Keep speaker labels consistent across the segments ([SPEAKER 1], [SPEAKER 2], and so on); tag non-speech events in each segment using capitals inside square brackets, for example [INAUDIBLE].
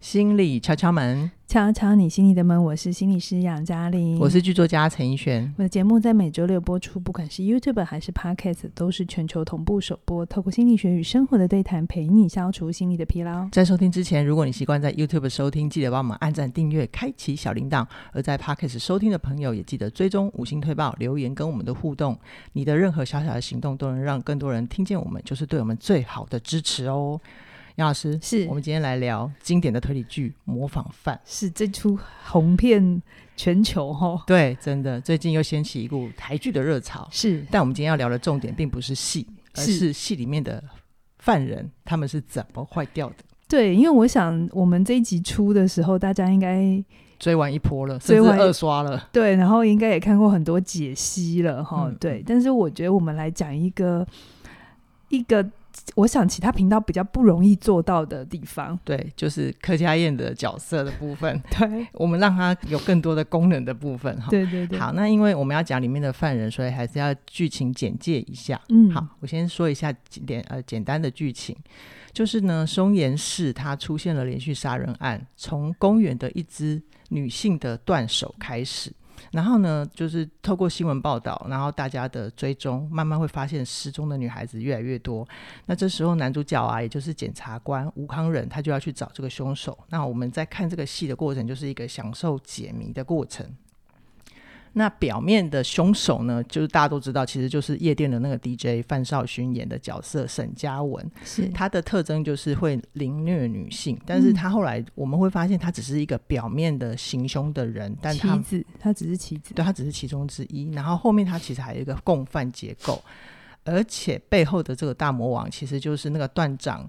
[SPEAKER 1] 心理敲敲门，
[SPEAKER 2] 敲敲你心里的门，我是心理师杨嘉玲，
[SPEAKER 1] 我是剧作家陈奕璇。
[SPEAKER 2] 我的节目在每周六播出，不管是 YouTube 还是 Podcast，都是全球同步首播。透过心理学与生活的对谈，陪你消除心理的疲劳。
[SPEAKER 1] 在收听之前，如果你习惯在 YouTube 收听，记得帮我们按赞、订阅、开启小铃铛；而在 Podcast 收听的朋友，也记得追踪、五星推报、留言跟我们的互动。你的任何小小的行动，都能让更多人听见我们，就是对我们最好的支持哦。杨老师，
[SPEAKER 2] 是
[SPEAKER 1] 我们今天来聊经典的推理剧《模仿犯》。
[SPEAKER 2] 是这出红遍全球哦，
[SPEAKER 1] 对，真的，最近又掀起一股台剧的热潮。
[SPEAKER 2] 是
[SPEAKER 1] 但我们今天要聊的重点并不是戏，而
[SPEAKER 2] 是
[SPEAKER 1] 是戏里面的犯人他们是怎么坏掉的。
[SPEAKER 2] 对，因为我想我们这一集出的时候，大家应该
[SPEAKER 1] 追完一波了，
[SPEAKER 2] 追
[SPEAKER 1] 甚至
[SPEAKER 2] 完
[SPEAKER 1] 二刷
[SPEAKER 2] [LAUGHS]
[SPEAKER 1] 了。
[SPEAKER 2] 对，然后应该也看过很多解析了哈、
[SPEAKER 1] 嗯
[SPEAKER 2] 对，但是我觉得我们来讲一个一个，我想其他频道比较不容易做到的地方，
[SPEAKER 1] 对，就是柯佳燕的角色的部
[SPEAKER 2] [LAUGHS]
[SPEAKER 1] 分，
[SPEAKER 2] 对，
[SPEAKER 1] 我们让她有更多的功能的部分哈。
[SPEAKER 2] 对对对，
[SPEAKER 1] 好，那因为我们要讲里面的犯人，所以还是要剧情简介一下。
[SPEAKER 2] 嗯，
[SPEAKER 1] 好，我先说一下几点呃简单的剧情，就是呢，松岩市它出现了连续杀人案，从公园的一只女性的断手开始，然后呢，就是透过新闻报道，然后大家的追踪，慢慢会发现失踪的女孩子越来越多。那这时候男主角啊，也就是检察官吴康仁，他就要去找这个凶手。那我们在看这个戏的过程，就是一个享受解谜的过程。那表面的凶手呢，就是大家都知道，其实就是夜店的那个 DJ 范少勋演的角色沈嘉文，
[SPEAKER 2] 是
[SPEAKER 1] 他的特征就是会凌虐女性，但是他后来我们会发现，他只是一个表面的行凶的人，但他
[SPEAKER 2] 棋子，他只是棋子，
[SPEAKER 1] 对，它只是其中之一。然后后面它其实还有一个共犯结构，而且背后的这个大魔王其实就是那个段长。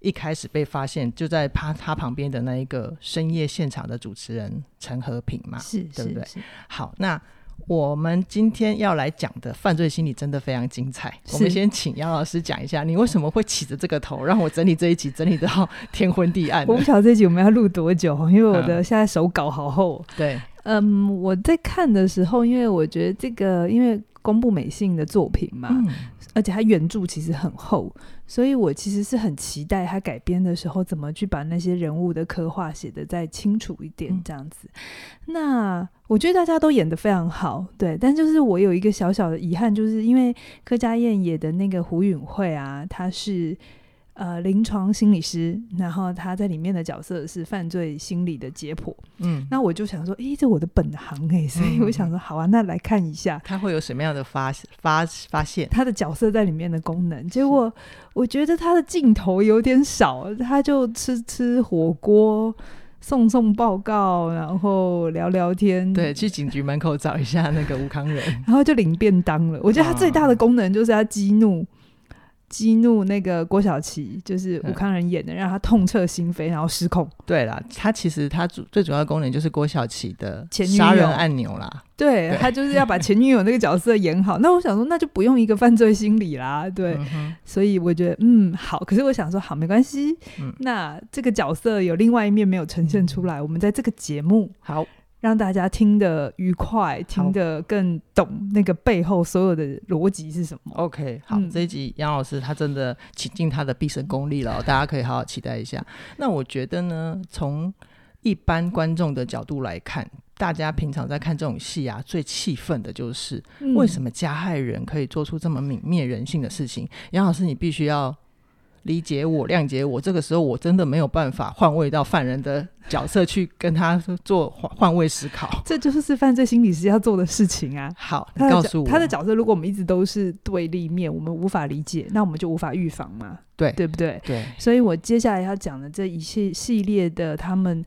[SPEAKER 1] 一开始被发现就在他他旁边的那一个深夜现场的主持人陈和平嘛。
[SPEAKER 2] 是
[SPEAKER 1] 对不
[SPEAKER 2] 是
[SPEAKER 1] 对
[SPEAKER 2] 是，
[SPEAKER 1] 好，那我们今天要来讲的犯罪心理真的非常精彩。我们
[SPEAKER 2] 是
[SPEAKER 1] 先请杨老师讲一下，你为什么会起着这个头，让我整理这一集，整理到天昏地暗呢
[SPEAKER 2] 我不晓得这集我们要录多久，因为我的现在手稿好厚。
[SPEAKER 1] 对，
[SPEAKER 2] 嗯，我在看的时候，因为我觉得这个，因为宫部美幸的作品嘛，
[SPEAKER 1] 嗯，
[SPEAKER 2] 而且它原著其实很厚，所以我其实是很期待它改编的时候怎么去把那些人物的刻画写得再清楚一点
[SPEAKER 1] 嗯，
[SPEAKER 2] 这样子。那我觉得大家都演得非常好，对，但就是我有一个小小的遗憾，就是因为柯佳燕演的那个胡允慧啊，她是。呃，临床心理师，然后她在里面的角色是犯罪心理的解剖。
[SPEAKER 1] 嗯，
[SPEAKER 2] 那我就想说，诶，这我的本行诶，所以
[SPEAKER 1] 嗯
[SPEAKER 2] 我想说，好啊，那来看一下。
[SPEAKER 1] 他会有什么样的发发发现？
[SPEAKER 2] 他的角色在里面的功能。结果我觉得他的镜头有点少，他就吃吃火锅、送送报告，然后聊聊天，
[SPEAKER 1] 对，，去警局门口找一下那个吴康仁。 [LAUGHS]
[SPEAKER 2] 然后就领便当了。我觉得他最
[SPEAKER 1] 啊
[SPEAKER 2] 大的功能就是要激怒。激怒那个郭晓琪，就是
[SPEAKER 1] 嗯
[SPEAKER 2] 吴康仁演的，让他痛彻心扉，然后失控。
[SPEAKER 1] 对啦，它其实它主最主要的功能就是郭晓琪的
[SPEAKER 2] 前女友
[SPEAKER 1] 杀人按钮啦。
[SPEAKER 2] 对
[SPEAKER 1] 对
[SPEAKER 2] 他就是要把前女友那个角色演好。那我想说，那就不用一个犯罪心理啦，对。
[SPEAKER 1] 嗯哼
[SPEAKER 2] 所以我觉得嗯好，可是我想说好没关系，
[SPEAKER 1] 嗯
[SPEAKER 2] 那这个角色有另外一面没有呈现出来，我们在这个节目
[SPEAKER 1] 好，
[SPEAKER 2] 让大家听得愉快，听得更懂那个背后所有的逻辑是什么。
[SPEAKER 1] OK，好，
[SPEAKER 2] 嗯
[SPEAKER 1] 这一集杨老师他真的请尽他的毕生功力了哦，大家可以好好期待一下。那我觉得呢，从一般观众的角度来看，大家平常在看这种戏啊，最气愤的就是为什
[SPEAKER 2] 么？
[SPEAKER 1] 么加害人可以做出这么泯灭人性的事情？杨老师，你必须要理解我、谅解我。这个时候，我真的没有办法换位到犯人的角色去跟他做换换位思考。
[SPEAKER 2] 这就是犯罪心理师要做的事情啊。
[SPEAKER 1] 好，你
[SPEAKER 2] 他
[SPEAKER 1] 告
[SPEAKER 2] 的角
[SPEAKER 1] 诉我，
[SPEAKER 2] 他的角色，如果我们一直都是对立面，我们无法理解，那我们就无法预防嘛，
[SPEAKER 1] 对
[SPEAKER 2] 对不对？
[SPEAKER 1] 对，
[SPEAKER 2] 所以我接下来要讲的这一系系列的他们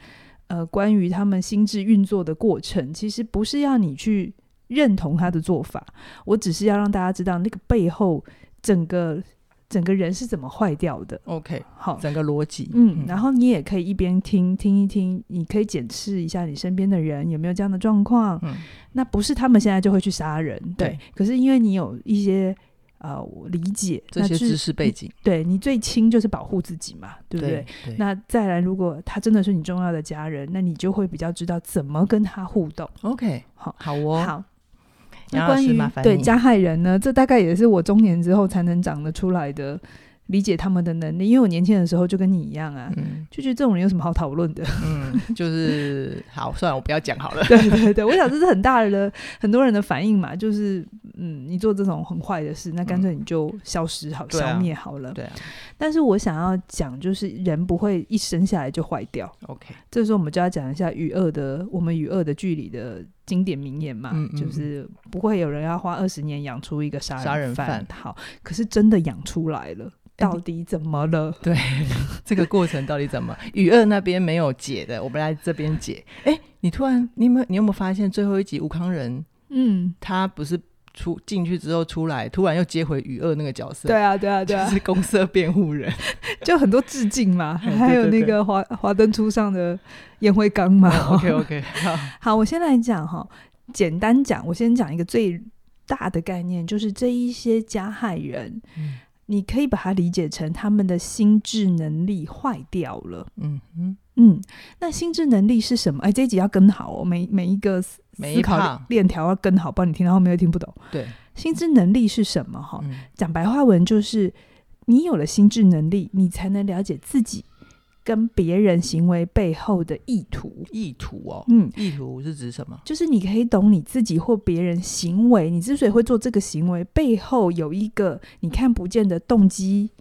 [SPEAKER 2] 呃关于他们心智运作的过程，其实不是要你去认同他的做法，我只是要让大家知道那个背后整个整个人是怎么坏掉的。
[SPEAKER 1] OK，
[SPEAKER 2] 好。
[SPEAKER 1] 整个逻辑，
[SPEAKER 2] 嗯，然后你也可以一边听听一听，你可以检视一下你身边的人有没有这样的状况，
[SPEAKER 1] 嗯，
[SPEAKER 2] 那不是他们现在就会去杀人，对。
[SPEAKER 1] 对
[SPEAKER 2] 可是因为你有一些呃我理解，
[SPEAKER 1] 这些
[SPEAKER 2] 那
[SPEAKER 1] 知
[SPEAKER 2] 是
[SPEAKER 1] 识背景，
[SPEAKER 2] 对你最轻就是保护自己嘛，对不对？
[SPEAKER 1] 对对
[SPEAKER 2] 那再来，如果他真的是你重要的家人，那你就会比较知道怎么跟他互动。
[SPEAKER 1] OK，
[SPEAKER 2] 好
[SPEAKER 1] 好哦，
[SPEAKER 2] 好，
[SPEAKER 1] 杨
[SPEAKER 2] 那
[SPEAKER 1] 老
[SPEAKER 2] 关
[SPEAKER 1] 师
[SPEAKER 2] 于
[SPEAKER 1] 麻烦
[SPEAKER 2] 对
[SPEAKER 1] 你
[SPEAKER 2] 加害人呢，这大概也是我中年之后才能长得出来的理解他们的能力，因为我年轻的时候就跟你一样啊，
[SPEAKER 1] 嗯
[SPEAKER 2] 就觉得这种人有什么好讨
[SPEAKER 1] [LAUGHS]
[SPEAKER 2] 论的？
[SPEAKER 1] 嗯，就是好，算了，我不要讲好
[SPEAKER 2] [LAUGHS]
[SPEAKER 1] 了。
[SPEAKER 2] 对对对，我想这是很大的很多人的反应嘛，就是嗯，你做这种很坏的事，那干脆你就消失好、
[SPEAKER 1] 对啊
[SPEAKER 2] 消灭好了。
[SPEAKER 1] 对啊
[SPEAKER 2] 但是我想要讲，就是人不会一生下来就坏掉，
[SPEAKER 1] ，OK，
[SPEAKER 2] 这时候我们就要讲一下与恶的我们与恶的距离的经典名言嘛，
[SPEAKER 1] 嗯嗯
[SPEAKER 2] 啊就是不会有人要花二十年养出一个杀
[SPEAKER 1] 杀人
[SPEAKER 2] 犯
[SPEAKER 1] 犯。哎
[SPEAKER 2] 好，可是真的养出来了，到底怎么了？
[SPEAKER 1] 对，这个过程到底怎么？雨二那边没有解的，我们来这边解。哎、你突然，你有没有，你有没有发现最后一集吴康仁
[SPEAKER 2] 嗯，
[SPEAKER 1] 他不是出进去之后出来，突然又接回雨二那个角色？
[SPEAKER 2] 对啊，对啊，对啊
[SPEAKER 1] 就，是公社辩护人。
[SPEAKER 2] [LAUGHS] 就很多致敬嘛，
[SPEAKER 1] 哎对
[SPEAKER 2] 还有那
[SPEAKER 1] 对哦
[SPEAKER 2] 个华华灯初上的烟灰缸嘛。
[SPEAKER 1] OK OK，好，
[SPEAKER 2] 好，我先来讲哈，简单讲，我先讲一个最大的概念，就是这一些加害人，
[SPEAKER 1] 嗯
[SPEAKER 2] 你可以把它理解成他们的心智能力坏掉了。
[SPEAKER 1] 嗯嗯，
[SPEAKER 2] 嗯，那心智能力是什么？哎，这一集要跟好哦，每每一个思
[SPEAKER 1] 每
[SPEAKER 2] 思
[SPEAKER 1] 一
[SPEAKER 2] 考
[SPEAKER 1] 趴
[SPEAKER 2] 链条要跟好，不然你听到后面又听不懂。
[SPEAKER 1] 对，
[SPEAKER 2] 心智能力是什么？哈、
[SPEAKER 1] 嗯
[SPEAKER 2] 讲白话文就是，你有了心智能力，你才能了解自己跟别人行为背后的意图。
[SPEAKER 1] 意图哦，
[SPEAKER 2] 嗯，
[SPEAKER 1] 意图是指什么？
[SPEAKER 2] 就是你可以懂你自己或别人行为，你之所以会做这个行为，背后有一个你看不见的动机、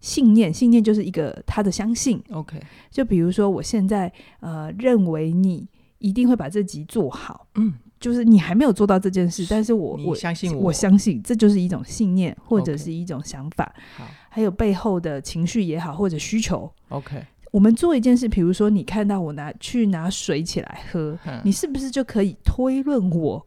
[SPEAKER 2] 信念。信念就是一个他的相信。
[SPEAKER 1] OK，
[SPEAKER 2] 就比如说，我现在呃认为你一定会把这集做好，
[SPEAKER 1] 嗯，
[SPEAKER 2] 就是你还没有做到这件事，但是我
[SPEAKER 1] 你
[SPEAKER 2] 我
[SPEAKER 1] 相信
[SPEAKER 2] 我
[SPEAKER 1] 我
[SPEAKER 2] 相信这就是一种信念或者
[SPEAKER 1] OK
[SPEAKER 2] 是一种想法
[SPEAKER 1] 好
[SPEAKER 2] 还有背后的情绪也好或者需求。
[SPEAKER 1] ，OK，
[SPEAKER 2] 我们做一件事，比如说你看到我拿去拿水起来喝，
[SPEAKER 1] 嗯
[SPEAKER 2] 你是不是就可以推论我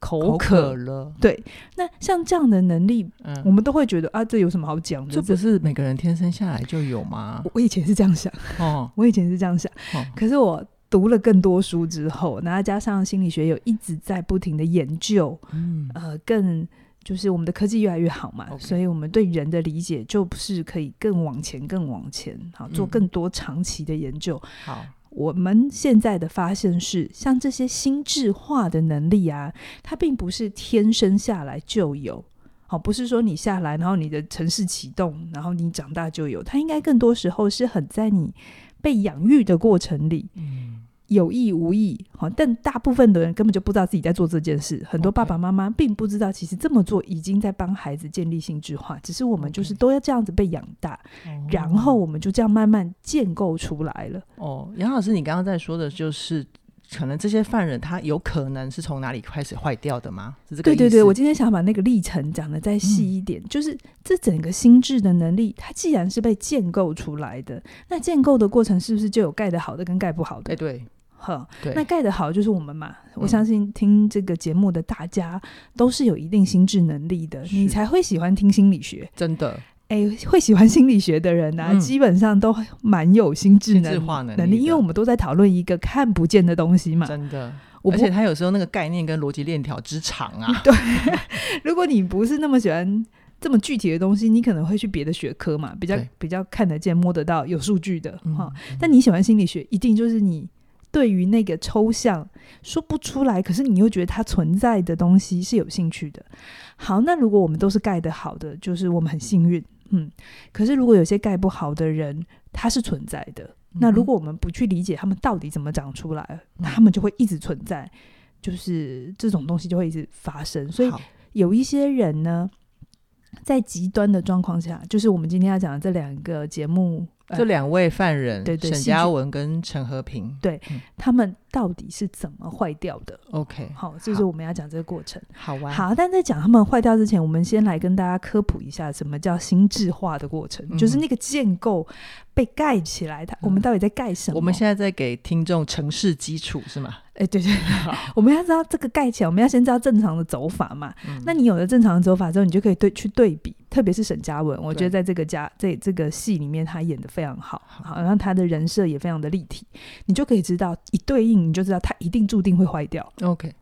[SPEAKER 2] 口
[SPEAKER 1] 口
[SPEAKER 2] 渴？
[SPEAKER 1] 渴了，
[SPEAKER 2] 对，那像这样的能力，我
[SPEAKER 1] 嗯，
[SPEAKER 2] 们都会觉得啊，这有什么好讲的？
[SPEAKER 1] 这不是每个人天生下来就有吗
[SPEAKER 2] 我？我以前是这样想，
[SPEAKER 1] 哦，
[SPEAKER 2] 我以前是这样想。
[SPEAKER 1] 哦
[SPEAKER 2] [LAUGHS] 可是我读了更多书之后，然后加上心理学有一直在不停的研究，
[SPEAKER 1] 嗯
[SPEAKER 2] 呃，更就是我们的科技越来越好嘛
[SPEAKER 1] OK
[SPEAKER 2] 所以我们对人的理解就是可以更往前、更往前，好做
[SPEAKER 1] 嗯
[SPEAKER 2] 更多长期的研究。
[SPEAKER 1] 好，
[SPEAKER 2] 我们现在的发现是，像这些心智化的能力啊，它并不是天生下来就有。好，不是说你下来，然后你的城市启动，然后你长大就有。它应该更多时候是很在你被养育的过程里，
[SPEAKER 1] 嗯
[SPEAKER 2] 有意无意。好，但大部分的人根本就不知道自己在做这件事。很多
[SPEAKER 1] OK
[SPEAKER 2] 爸爸妈妈并不知道，其实这么做已经在帮孩子建立心智化，只是我们就是
[SPEAKER 1] OK 嗯
[SPEAKER 2] 都要这样子被养大，然后我们就这样慢慢建构出来了。
[SPEAKER 1] 哦，杨老师，你刚刚在说的就是。可能这些犯人他有可能是从哪里开始坏掉的吗？是这个
[SPEAKER 2] 对
[SPEAKER 1] 意思？嗯
[SPEAKER 2] 对对，我今天想把那个历程讲的再细一点，就是这整个心智的能力，它既然是被建构出来的，那建构的过程是不是就有盖得好的跟盖不好
[SPEAKER 1] 哎
[SPEAKER 2] 的？
[SPEAKER 1] 对
[SPEAKER 2] 呵，
[SPEAKER 1] 对，
[SPEAKER 2] 那盖得好就是我们嘛，我
[SPEAKER 1] 嗯
[SPEAKER 2] 相信听这个节目的大家都是有一定心智能力的，你
[SPEAKER 1] 是
[SPEAKER 2] 才会喜欢听心理学。
[SPEAKER 1] 真的
[SPEAKER 2] 哎，会喜欢心理学的人啊，
[SPEAKER 1] 嗯
[SPEAKER 2] 基本上都蛮有心智
[SPEAKER 1] 心
[SPEAKER 2] 能
[SPEAKER 1] 智化能
[SPEAKER 2] 能力，
[SPEAKER 1] 力的
[SPEAKER 2] 因为我们都在讨论一个看不见的东西嘛。
[SPEAKER 1] 真的，
[SPEAKER 2] 我
[SPEAKER 1] 而
[SPEAKER 2] 不哦
[SPEAKER 1] 且他有时候那个概念跟逻辑链条之长
[SPEAKER 2] [LAUGHS]
[SPEAKER 1] 啊，
[SPEAKER 2] 如果你不是那么喜欢这么具体的东西，你可能会去别的学科嘛，比较
[SPEAKER 1] 对
[SPEAKER 2] 比较看得见、摸得到、有数据的哈、
[SPEAKER 1] 嗯
[SPEAKER 2] 但你喜欢心理学，一定就是你对于那个抽象说不出来，可是你又觉得它存在的东西是有兴趣的。好，那如果我们都是盖得好的，就是我们很幸运，嗯。可是如果有些盖不好的人，他是存在的，
[SPEAKER 1] 嗯
[SPEAKER 2] 那如果我们不去理解他们到底怎么长出来，那他们就会一直存在，就是这种东西就会一直发生。所以
[SPEAKER 1] 好
[SPEAKER 2] 有一些人呢，在极端的状况下，就是我们今天要讲的这两个节目，呃
[SPEAKER 1] 这两位犯人，
[SPEAKER 2] 对对
[SPEAKER 1] 沈
[SPEAKER 2] 戏
[SPEAKER 1] 嘉
[SPEAKER 2] 剧
[SPEAKER 1] 文跟陈和平
[SPEAKER 2] 他们到底是怎么坏掉的？
[SPEAKER 1] ，OK，
[SPEAKER 2] 好，这是我们要讲这个过程。
[SPEAKER 1] 好啊玩，
[SPEAKER 2] 好，但在讲他们坏掉之前，我们先来跟大家科普一下什么叫心智化的过程，
[SPEAKER 1] 嗯
[SPEAKER 2] 就是那个建构被盖起来，它我们到底在盖什么？
[SPEAKER 1] 我们现在在给听众城市基础是吗？
[SPEAKER 2] 哎，对对，
[SPEAKER 1] [LAUGHS]
[SPEAKER 2] 我们要知道这个盖起来，我们要先知道正常的走法嘛。
[SPEAKER 1] 嗯
[SPEAKER 2] 那你有了正常的走法之后，你就可以对去对比，特别是沈嘉文，我觉得在这个家在这个戏里面，他演的非常好，好，然后他的人设也非常的立体，你就可以知道一对应，你就知道他一定注定会坏掉，
[SPEAKER 1] OK，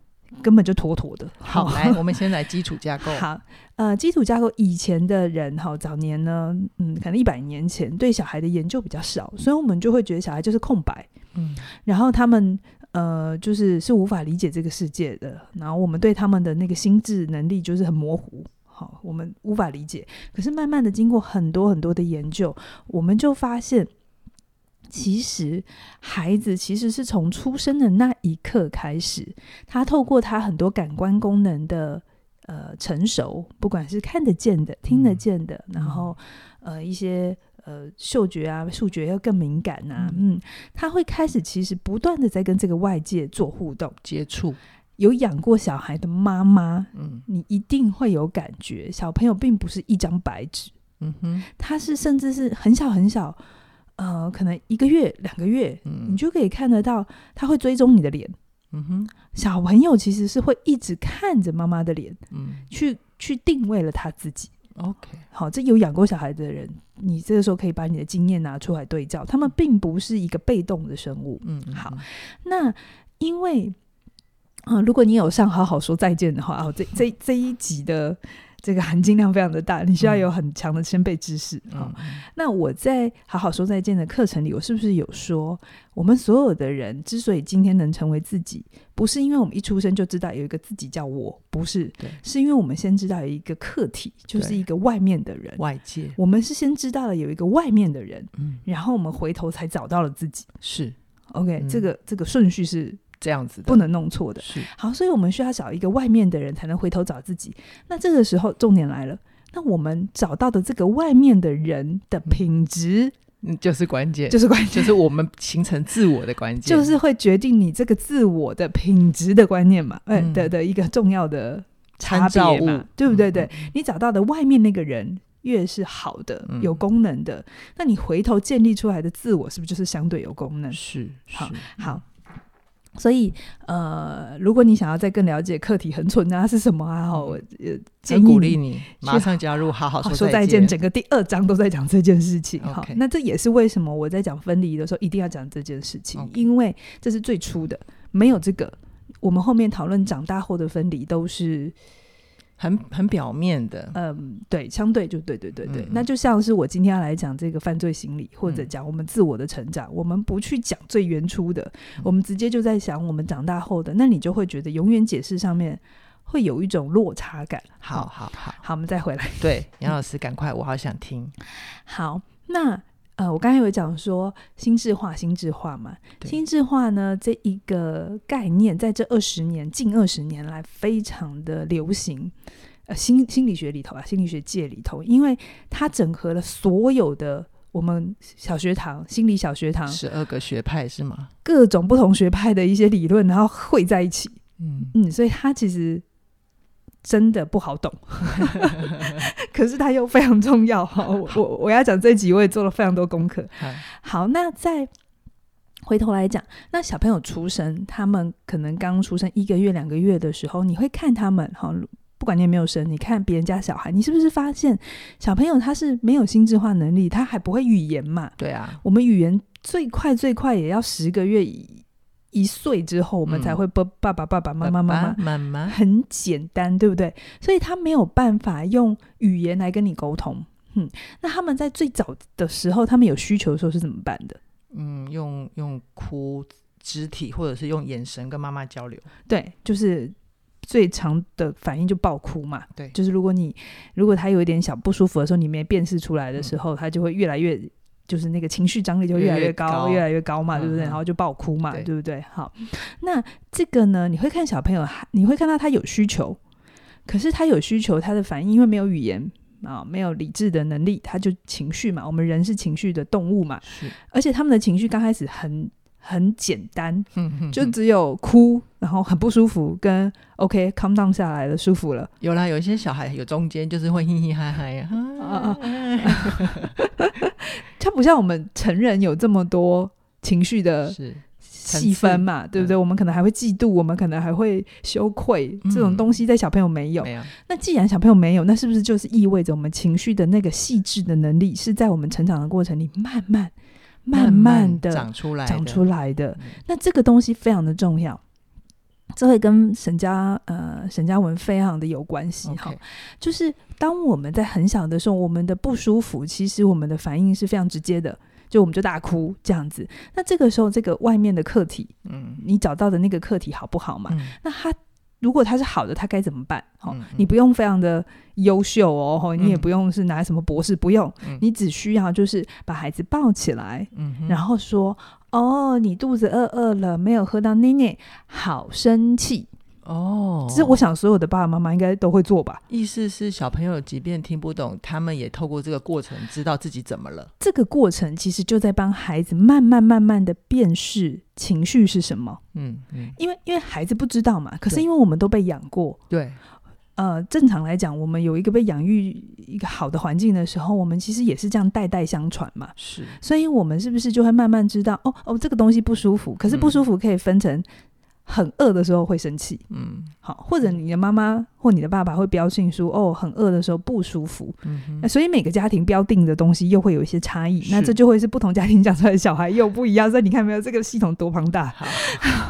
[SPEAKER 2] 根本就妥妥的。 [LAUGHS]
[SPEAKER 1] 好，来，我们先来基础架构，
[SPEAKER 2] 好，呃，基础架构以前的人哈，早年呢，嗯，可能一百年前对小孩的研究比较少，所以我们就会觉得小孩就是空白，
[SPEAKER 1] 嗯，
[SPEAKER 2] 然后他们呃，就是是无法理解这个世界的，然后我们对他们的那个心智能力就是很模糊。好，我们无法理解。可是慢慢的，经过很多很多的研究，我们就发现，其实孩子其实是从出生的那一刻开始，他透过他很多感官功能的呃成熟，不管是看得见的、听得见的，
[SPEAKER 1] 嗯
[SPEAKER 2] 然后呃一些。呃，嗅觉啊，触觉要更敏感呐、嗯，他会开始其实不断的在跟这个外界做互动。
[SPEAKER 1] 接触，
[SPEAKER 2] 有养过小孩的妈妈，
[SPEAKER 1] 嗯
[SPEAKER 2] 你一定会有感觉，小朋友并不是一张白纸，
[SPEAKER 1] 嗯哼，
[SPEAKER 2] 他是甚至是很小很小，呃，可能一个月、两个月，
[SPEAKER 1] 嗯
[SPEAKER 2] 你就可以看得到他会追踪你的脸。
[SPEAKER 1] 嗯哼，
[SPEAKER 2] 小朋友其实是会一直看着妈妈的脸，
[SPEAKER 1] 嗯
[SPEAKER 2] 去去定位了他自己。
[SPEAKER 1] ，OK，
[SPEAKER 2] 好，这有养过小孩的人，你这个时候可以把你的经验拿出来对照，他们并不是一个被动的生物。
[SPEAKER 1] 嗯，嗯
[SPEAKER 2] 好，那因为，呃，如果你有上《好好说再见》的话，哦，这这这一集的这个含金量非常的大，你需要有很强的先辈知识啊、
[SPEAKER 1] 嗯
[SPEAKER 2] 哦那我在《好好说再见》的课程里，我是不是有说，我们所有的人之所以今天能成为自己，不是因为我们一出生就知道有一个自己叫我，不是
[SPEAKER 1] 对，
[SPEAKER 2] 是因为我们先知道有一个客体，就是
[SPEAKER 1] 对
[SPEAKER 2] 一个外面的人。
[SPEAKER 1] 外界，
[SPEAKER 2] 我们是先知道了有一个外面的人，
[SPEAKER 1] 嗯，
[SPEAKER 2] 然后我们回头才找到了自己。
[SPEAKER 1] 是
[SPEAKER 2] OK，、
[SPEAKER 1] 嗯
[SPEAKER 2] 这个这个顺序是
[SPEAKER 1] 这样子的，
[SPEAKER 2] 不能弄错的。
[SPEAKER 1] 是，
[SPEAKER 2] 好，所以我们需要找一个外面的人才能回头找自己。那这个时候，重点来了。那我们找到的这个外面的人的品质，
[SPEAKER 1] 嗯，就是关键，
[SPEAKER 2] 就是关键，
[SPEAKER 1] 就是我们形成自我的关键，
[SPEAKER 2] 就是会决定你这个自我的品质的观念嘛，呃、
[SPEAKER 1] 嗯
[SPEAKER 2] 的的一个重要的差
[SPEAKER 1] 参照
[SPEAKER 2] 别嘛
[SPEAKER 1] 物，，
[SPEAKER 2] 对不对？对
[SPEAKER 1] 嗯，，嗯
[SPEAKER 2] 你找到的外面那个人越是好的、
[SPEAKER 1] 嗯
[SPEAKER 2] 有功能的，那你回头建立出来的自我是不是就是相对有功能
[SPEAKER 1] 嗯？是，
[SPEAKER 2] 好
[SPEAKER 1] 是，
[SPEAKER 2] 好，所以呃，如果你想要再更了解课题很蠢啊是什么啊，
[SPEAKER 1] 嗯
[SPEAKER 2] 我呃
[SPEAKER 1] 真
[SPEAKER 2] 建议
[SPEAKER 1] 鼓励
[SPEAKER 2] 你。
[SPEAKER 1] 你马上加入，好好
[SPEAKER 2] 好
[SPEAKER 1] 说
[SPEAKER 2] 说再
[SPEAKER 1] 见
[SPEAKER 2] 见，，整个第二章都在讲这件事情。好
[SPEAKER 1] OK，
[SPEAKER 2] 那这也是为什么我在讲分离的时候一定要讲这件事情
[SPEAKER 1] OK
[SPEAKER 2] 因为这是最初的，没有这个，我们后面讨论长大后的分离都是，
[SPEAKER 1] 很很表面的，
[SPEAKER 2] 嗯，对，相对就对对对对。
[SPEAKER 1] 嗯嗯
[SPEAKER 2] 那就像是我今天要来讲这个犯罪心理，或者
[SPEAKER 1] 嗯
[SPEAKER 2] 讲我们自我的成长，我们不去讲最原初的，
[SPEAKER 1] 嗯
[SPEAKER 2] 我们直接就在想我们长大后的，那你就会觉得永远解释上面会有一种落差感。
[SPEAKER 1] 好好好，
[SPEAKER 2] 好，我们再回来。
[SPEAKER 1] 对，杨老师赶快，我好想听，
[SPEAKER 2] 好，那呃，我刚才有讲说心智化，心智化嘛，
[SPEAKER 1] 对
[SPEAKER 2] 心智化呢这一个概念，在这二十年近二十年来非常的流行，呃，心心理学里头啊，心理学界里头，因为它整合了所有的。我们小学堂、心理小学堂
[SPEAKER 1] 十二个学派是吗？
[SPEAKER 2] 各种不同学派的一些理论，然后汇在一起，
[SPEAKER 1] 嗯，
[SPEAKER 2] 嗯，所以它其实真的不好懂， [LAUGHS] 可是它又非常重要哈。我我我要讲这集，我也做了非常多功课。
[SPEAKER 1] 好
[SPEAKER 2] 好，那再回头来讲，那小朋友出生，他们可能刚出生一个月、两个月的时候，你会看他们哈。不管你有没有生，你看别人家小孩，你是不是发现小朋友他是没有心智化能力，他还不会语言嘛？
[SPEAKER 1] 对啊，
[SPEAKER 2] 我们语言最快最快也要十个月一一岁之后，我们
[SPEAKER 1] 嗯
[SPEAKER 2] 才会爸爸爸爸爸妈妈妈妈
[SPEAKER 1] 爸爸妈妈，
[SPEAKER 2] 很简单，对不对？所以他没有办法用语言来跟你沟通。嗯，那他们在最早的时候，他们有需求的时候是怎么办的？
[SPEAKER 1] 嗯，用用哭。肢体或者是用眼神跟妈妈交流，
[SPEAKER 2] 对，就是最常的反应就爆哭嘛。
[SPEAKER 1] 对
[SPEAKER 2] 就是如果你如果他有一点小不舒服的时候，你没辨识出来的时候，他就会越来越就是那个情绪张力就越来越
[SPEAKER 1] 越来
[SPEAKER 2] 高，
[SPEAKER 1] 越高
[SPEAKER 2] 越来越高嘛，
[SPEAKER 1] 嗯
[SPEAKER 2] 对不对？
[SPEAKER 1] 嗯
[SPEAKER 2] 然后就爆哭嘛，
[SPEAKER 1] 对
[SPEAKER 2] 对不对？好，那这个呢，你会看小朋友，你会看到他有需求，可是他有需求，他的反应因为没有语言。啊、没有理智的能力，他就情绪嘛。我们人是情绪的动物嘛，
[SPEAKER 1] 是，
[SPEAKER 2] 而且他们的情绪刚开始很很简单，
[SPEAKER 1] 哼嗯哼
[SPEAKER 2] 就
[SPEAKER 1] 哼
[SPEAKER 2] 只有哭，然后很不舒服，跟 OK calm down 下来了，舒服了。
[SPEAKER 1] 有啦，有一些小孩有中间就是会嘻嘻哈哈呀，
[SPEAKER 2] 啊
[SPEAKER 1] 啊 [LAUGHS]
[SPEAKER 2] 它不像我们成人有这么多情绪的
[SPEAKER 1] 是
[SPEAKER 2] 细分嘛，对不对？我们可能还会嫉妒，我们可能还会羞愧，
[SPEAKER 1] 嗯
[SPEAKER 2] 这种东西在小朋友没有。
[SPEAKER 1] 没有，
[SPEAKER 2] 那既然小朋友没有，那是不是就是意味着我们情绪的那个细致的能力是在我们成长的过程里慢慢、慢
[SPEAKER 1] 慢
[SPEAKER 2] 的
[SPEAKER 1] 长出来，
[SPEAKER 2] 长出
[SPEAKER 1] 来，
[SPEAKER 2] 来的
[SPEAKER 1] 嗯。
[SPEAKER 2] 那这个东西非常的重要，这会跟沈家呃沈家文非常的有关系哈。
[SPEAKER 1] OK，
[SPEAKER 2] 就是当我们在很小的时候，我们的不舒服，其实我们的反应是非常直接的，就我们就大哭这样子。那这个时候，这个外面的客体，
[SPEAKER 1] 嗯
[SPEAKER 2] 你找到的那个客体好不好嘛？
[SPEAKER 1] 嗯
[SPEAKER 2] 那他如果他是好的，他该怎么办？哦，
[SPEAKER 1] 嗯嗯
[SPEAKER 2] 你不用非常的优秀哦，哦你也
[SPEAKER 1] 嗯
[SPEAKER 2] 不用是拿什么博士，不用，
[SPEAKER 1] 嗯
[SPEAKER 2] 你只需要就是把孩子抱起来，
[SPEAKER 1] 嗯哼，
[SPEAKER 2] 然后说：“哦，你肚子饿饿了，没有喝到奶奶，好生气。
[SPEAKER 1] 哦，
[SPEAKER 2] 这我想所有的爸爸妈妈应该都会做吧。
[SPEAKER 1] 意思是小朋友即便听不懂，他们也透过这个过程知道自己怎么了。
[SPEAKER 2] 这个过程其实就在帮孩子慢慢慢慢的辨识情绪是什么，
[SPEAKER 1] 嗯嗯，
[SPEAKER 2] 因为因为孩子不知道嘛。可是
[SPEAKER 1] 对
[SPEAKER 2] 因为我们都被养过，
[SPEAKER 1] 对，
[SPEAKER 2] 呃，正常来讲，我们有一个被养育一个好的环境的时候，我们其实也是这样代代相传嘛。
[SPEAKER 1] 是
[SPEAKER 2] 所以我们是不是就会慢慢知道，哦哦，这个东西不舒服，可是不舒服可以分成很饿的时候会生气，
[SPEAKER 1] 嗯
[SPEAKER 2] 好，或者你的妈妈或你的爸爸会标定说，哦，很饿的时候不舒服、
[SPEAKER 1] 嗯哼，
[SPEAKER 2] 那所以每个家庭标定的东西又会有一些差异，那
[SPEAKER 1] 是
[SPEAKER 2] 这就会是不同家庭长出来的小孩又不一样，所以你看没有这个系统多庞大。
[SPEAKER 1] 好，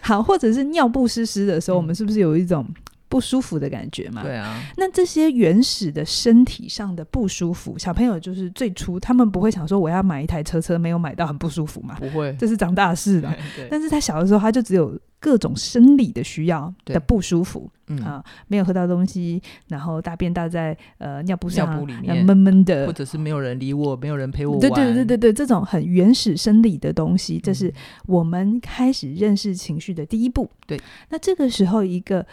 [SPEAKER 2] 好，或者是尿不湿湿的时候，
[SPEAKER 1] 嗯
[SPEAKER 2] 我们是不是有一种不舒服的感觉嘛？
[SPEAKER 1] 对啊，
[SPEAKER 2] 那这些原始的身体上的不舒服，小朋友就是最初他们不会想说我要买一台车车，没有买到很不舒服嘛，
[SPEAKER 1] 不会，
[SPEAKER 2] 这 [LAUGHS] 是长大的事了。
[SPEAKER 1] 对，
[SPEAKER 2] 但是他小的时候，他就只有各种生理的需要
[SPEAKER 1] 对
[SPEAKER 2] 的不舒服
[SPEAKER 1] 嗯，
[SPEAKER 2] 啊，没有喝到东西，然后大便大在呃尿布上，
[SPEAKER 1] 尿布里面
[SPEAKER 2] 然后闷闷的
[SPEAKER 1] 或，者是没有人理我，没有人陪我玩，
[SPEAKER 2] 呃对对对对对，这种很原始生理的东西，这是
[SPEAKER 1] 嗯
[SPEAKER 2] 我们开始认识情绪的第一步。
[SPEAKER 1] 对，
[SPEAKER 2] 那这个时候一个。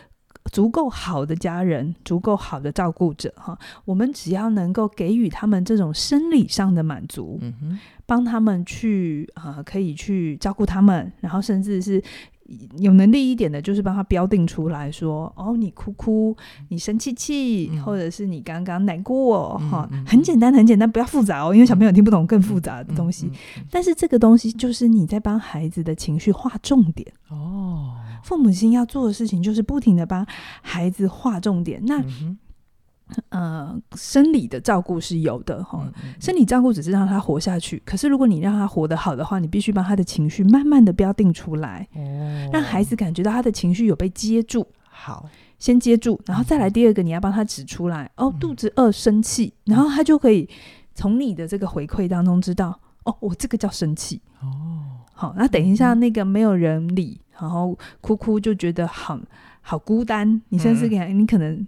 [SPEAKER 2] 足够好的家人，足够好的照顾者，哈，我们只要能够给予他们这种生理上的满足，
[SPEAKER 1] 嗯哼，
[SPEAKER 2] 帮他们去啊、呃可以去照顾他们，然后甚至是有能力一点的，就是帮他标定出来说，哦，你哭哭，你生气气，
[SPEAKER 1] 嗯
[SPEAKER 2] 或者是你刚刚难过，
[SPEAKER 1] 嗯
[SPEAKER 2] 哈、
[SPEAKER 1] 嗯
[SPEAKER 2] 很简单，很简单，不要复杂哦，因为小朋友听不懂更复杂的
[SPEAKER 1] 嗯
[SPEAKER 2] 东西。
[SPEAKER 1] 嗯嗯
[SPEAKER 2] 但是这个东西就是你在帮孩子的情绪划重点，
[SPEAKER 1] 哦，
[SPEAKER 2] 父母亲要做的事情就是不停的帮孩子划重点。那、
[SPEAKER 1] 嗯哼
[SPEAKER 2] 呃，生理的照顾是有的哈，
[SPEAKER 1] 嗯嗯
[SPEAKER 2] 身体照顾只哦是让他活下去，可是如果你让他活得好的话，你必须把他的情绪慢慢的标定出来，
[SPEAKER 1] 嗯哦，
[SPEAKER 2] 让孩子感觉到他的情绪有被接住，
[SPEAKER 1] 好，
[SPEAKER 2] 先接住，然后再来第二个，你要帮他指出来，哦，
[SPEAKER 1] 嗯
[SPEAKER 2] 肚子饿生气，然后他就可以从你的这个回馈当中知道，哦，我这个叫生气。
[SPEAKER 1] 哦，
[SPEAKER 2] 好，那等一下那个没有人理，然后哭哭就觉得好好孤单。你甚至
[SPEAKER 1] 嗯
[SPEAKER 2] 给、你可能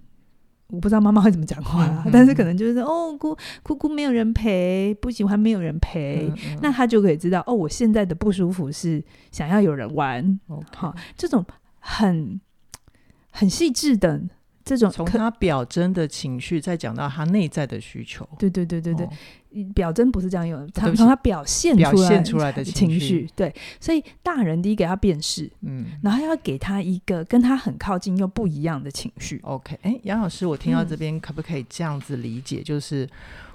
[SPEAKER 2] 我不知道妈妈会怎么讲话啦，
[SPEAKER 1] 嗯嗯
[SPEAKER 2] 但是
[SPEAKER 1] 嗯
[SPEAKER 2] 可能就是哦哭哭哭没有人陪，不喜欢没有人陪。
[SPEAKER 1] 嗯嗯
[SPEAKER 2] 那他就可以知道，哦，我现在的不舒服是想要有人玩，
[SPEAKER 1] 嗯 OK
[SPEAKER 2] 好，这种很很细致的这种
[SPEAKER 1] 从
[SPEAKER 2] 嗯可，
[SPEAKER 1] 他表征的情绪，再讲到他内在的需求，
[SPEAKER 2] 对对对对对，
[SPEAKER 1] 哦
[SPEAKER 2] 表征不是这样用的，
[SPEAKER 1] 对
[SPEAKER 2] 从
[SPEAKER 1] 不
[SPEAKER 2] 从
[SPEAKER 1] 起
[SPEAKER 2] 他表现
[SPEAKER 1] 表
[SPEAKER 2] 出来
[SPEAKER 1] 现出来的
[SPEAKER 2] 情
[SPEAKER 1] 情
[SPEAKER 2] 绪，对，所以大人第一给他辨识，
[SPEAKER 1] 嗯。
[SPEAKER 2] 然后要给他一个跟他很靠近又不一样的情绪。
[SPEAKER 1] OK，哎，杨老师，我听到
[SPEAKER 2] 嗯
[SPEAKER 1] 这边，可不可以这样子理解？就是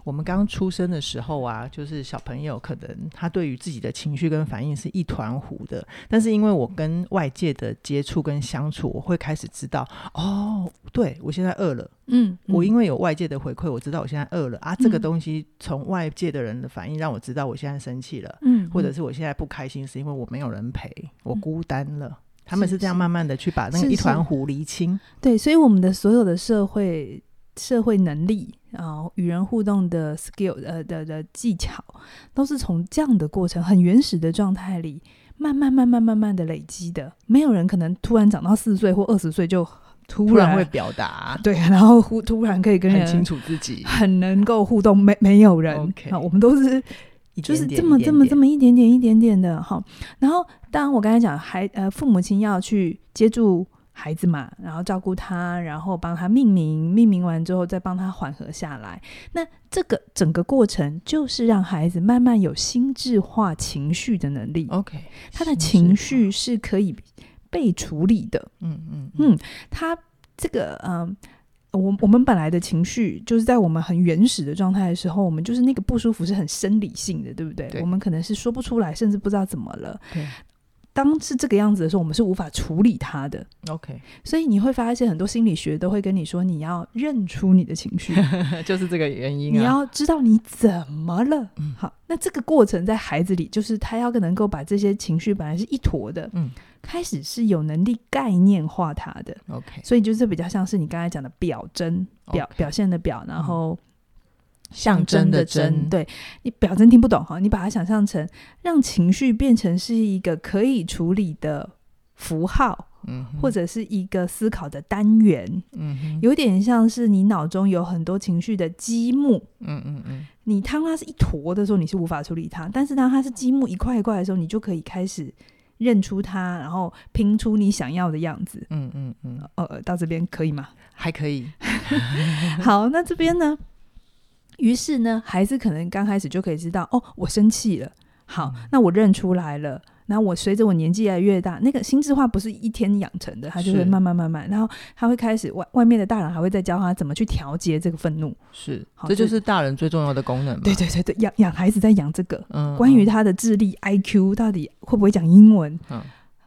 [SPEAKER 1] 我们刚出生的时候啊，就是小朋友可能他对于自己的情绪跟反应是一团糊的，但是因为我跟外界的接触跟相处，我会开始知道，哦，对我现在饿了，
[SPEAKER 2] 嗯，
[SPEAKER 1] 我因
[SPEAKER 2] 为
[SPEAKER 1] 为有外界的回馈，我知道我现在饿了啊。这个
[SPEAKER 2] 嗯
[SPEAKER 1] 东西从外界的人的反应让我知道我现在生气了，
[SPEAKER 2] 嗯，
[SPEAKER 1] 或者
[SPEAKER 2] 是
[SPEAKER 1] 是我现在不开心，是因为我没有人陪，我
[SPEAKER 2] 嗯
[SPEAKER 1] 孤单了。他们
[SPEAKER 2] 是
[SPEAKER 1] 是这样
[SPEAKER 2] 是
[SPEAKER 1] 慢慢的去把那
[SPEAKER 2] 是
[SPEAKER 1] 个一
[SPEAKER 2] 是
[SPEAKER 1] 团糊厘清。
[SPEAKER 2] 对，所以我们的所有的社会社会能力啊、与人互动的 skill 呃的的技巧，都是从这样的过程很原始的状态里，慢慢慢慢慢慢的累积的。没有人可能突然长到四岁或二十岁就突
[SPEAKER 1] 突然会表达，
[SPEAKER 2] 对，然后忽突然可以跟
[SPEAKER 1] 很清
[SPEAKER 2] 人
[SPEAKER 1] 楚自己，
[SPEAKER 2] 很能够互动，没没有人
[SPEAKER 1] OK
[SPEAKER 2] 啊，我们都是
[SPEAKER 1] 一
[SPEAKER 2] 就是
[SPEAKER 1] 点点
[SPEAKER 2] 这
[SPEAKER 1] 一
[SPEAKER 2] 么
[SPEAKER 1] 点
[SPEAKER 2] 这么这
[SPEAKER 1] 点
[SPEAKER 2] 么一点点一点点的哈。然后，当然我刚才讲，孩呃父母亲要去接住孩子嘛，然后照顾他，然后帮他命名，命名完之后再帮他缓和下来。那这个整个过程就是让孩子慢慢有心智化情绪的能力，
[SPEAKER 1] OK，
[SPEAKER 2] 他的
[SPEAKER 1] 心智化，
[SPEAKER 2] 情绪哦是可以被处理的。
[SPEAKER 1] 嗯嗯
[SPEAKER 2] 嗯，他这个嗯。我我们本来的情绪，就是在我们很原始的状态的时候，我们就是那个不舒服是很生理性的，对不对？
[SPEAKER 1] 对
[SPEAKER 2] 我们可能是说不出来，甚至不知道怎么了。
[SPEAKER 1] 对
[SPEAKER 2] 当是这个样子的时候，我们是无法处理它的。
[SPEAKER 1] 嗯，OK， [LAUGHS]
[SPEAKER 2] 所以你会发现，很多心理学都会跟你说，你要认出你的情
[SPEAKER 1] [LAUGHS]
[SPEAKER 2] 绪，
[SPEAKER 1] 就是这个原因啊。
[SPEAKER 2] 你要知道你怎么了。
[SPEAKER 1] 嗯
[SPEAKER 2] 好，那这个过程在孩子里，就是他要能够把这些情绪本来是一坨的，
[SPEAKER 1] 嗯
[SPEAKER 2] 开始是有能力概念化它的。
[SPEAKER 1] OK，
[SPEAKER 2] 所以就是比较像是你刚才讲的表征，表
[SPEAKER 1] OK 嗯
[SPEAKER 2] 表现的表，然后
[SPEAKER 1] 象
[SPEAKER 2] 征的
[SPEAKER 1] 征，
[SPEAKER 2] 对你表征听不懂哈，你把它想象成让情绪变成是一个可以处理的符号
[SPEAKER 1] 嗯哼，
[SPEAKER 2] 或者是一个思考的单元，
[SPEAKER 1] 嗯哼，
[SPEAKER 2] 有点像是你脑中有很多情绪的积木。
[SPEAKER 1] 嗯嗯嗯，
[SPEAKER 2] 你当它是一坨的时候，你是无法处理它；但是当它是积木一块一块的时候，你就可以开始认出它，然后拼出你想要的样子。
[SPEAKER 1] 嗯嗯嗯，
[SPEAKER 2] 呃，到这边可以吗？
[SPEAKER 1] 还可以， [LAUGHS]
[SPEAKER 2] 好，那这边呢？于是呢，孩子可能刚开始就可以知道，哦，我生气了。好，
[SPEAKER 1] 嗯
[SPEAKER 2] 那我认出来了。然后我随着我年纪越来越大，那个心智化不是一天养成的，他就会
[SPEAKER 1] 是
[SPEAKER 2] 慢慢慢慢，然后他会开始外外面的大人还会再教他怎么去调节这个愤怒。
[SPEAKER 1] 是
[SPEAKER 2] 好，
[SPEAKER 1] 这就
[SPEAKER 2] 这
[SPEAKER 1] 是大人最重要的功能嘛。
[SPEAKER 2] 对对对对，养养孩子在养这个，
[SPEAKER 1] 嗯，嗯，
[SPEAKER 2] 关于他的智力 IQ 到底会不会讲英文，
[SPEAKER 1] 嗯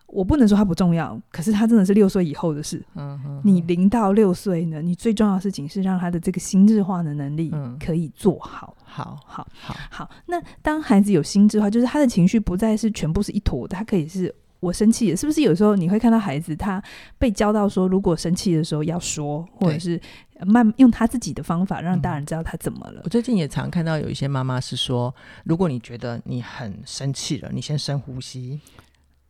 [SPEAKER 2] 我不能说他不重要，可是他真的是六岁以后的事。
[SPEAKER 1] 嗯，嗯
[SPEAKER 2] 你零到六岁呢，你最重要的事情是让他的这个心智化的能力
[SPEAKER 1] 嗯
[SPEAKER 2] 可以做好。
[SPEAKER 1] 好
[SPEAKER 2] 好
[SPEAKER 1] 好，
[SPEAKER 2] 好，那当孩子有心智化，就是他的情绪不再是全部是一坨的，他可以是我生气了，是不是？有时候你会看到孩子他被教到说，如果生气的时候要说，或者
[SPEAKER 1] 对
[SPEAKER 2] 是呃慢用他自己的方法让
[SPEAKER 1] 嗯
[SPEAKER 2] 大人知道他怎么了
[SPEAKER 1] 我。最近也常看到有一些妈妈是说，如果你觉得你很生气了，你先深呼吸。哎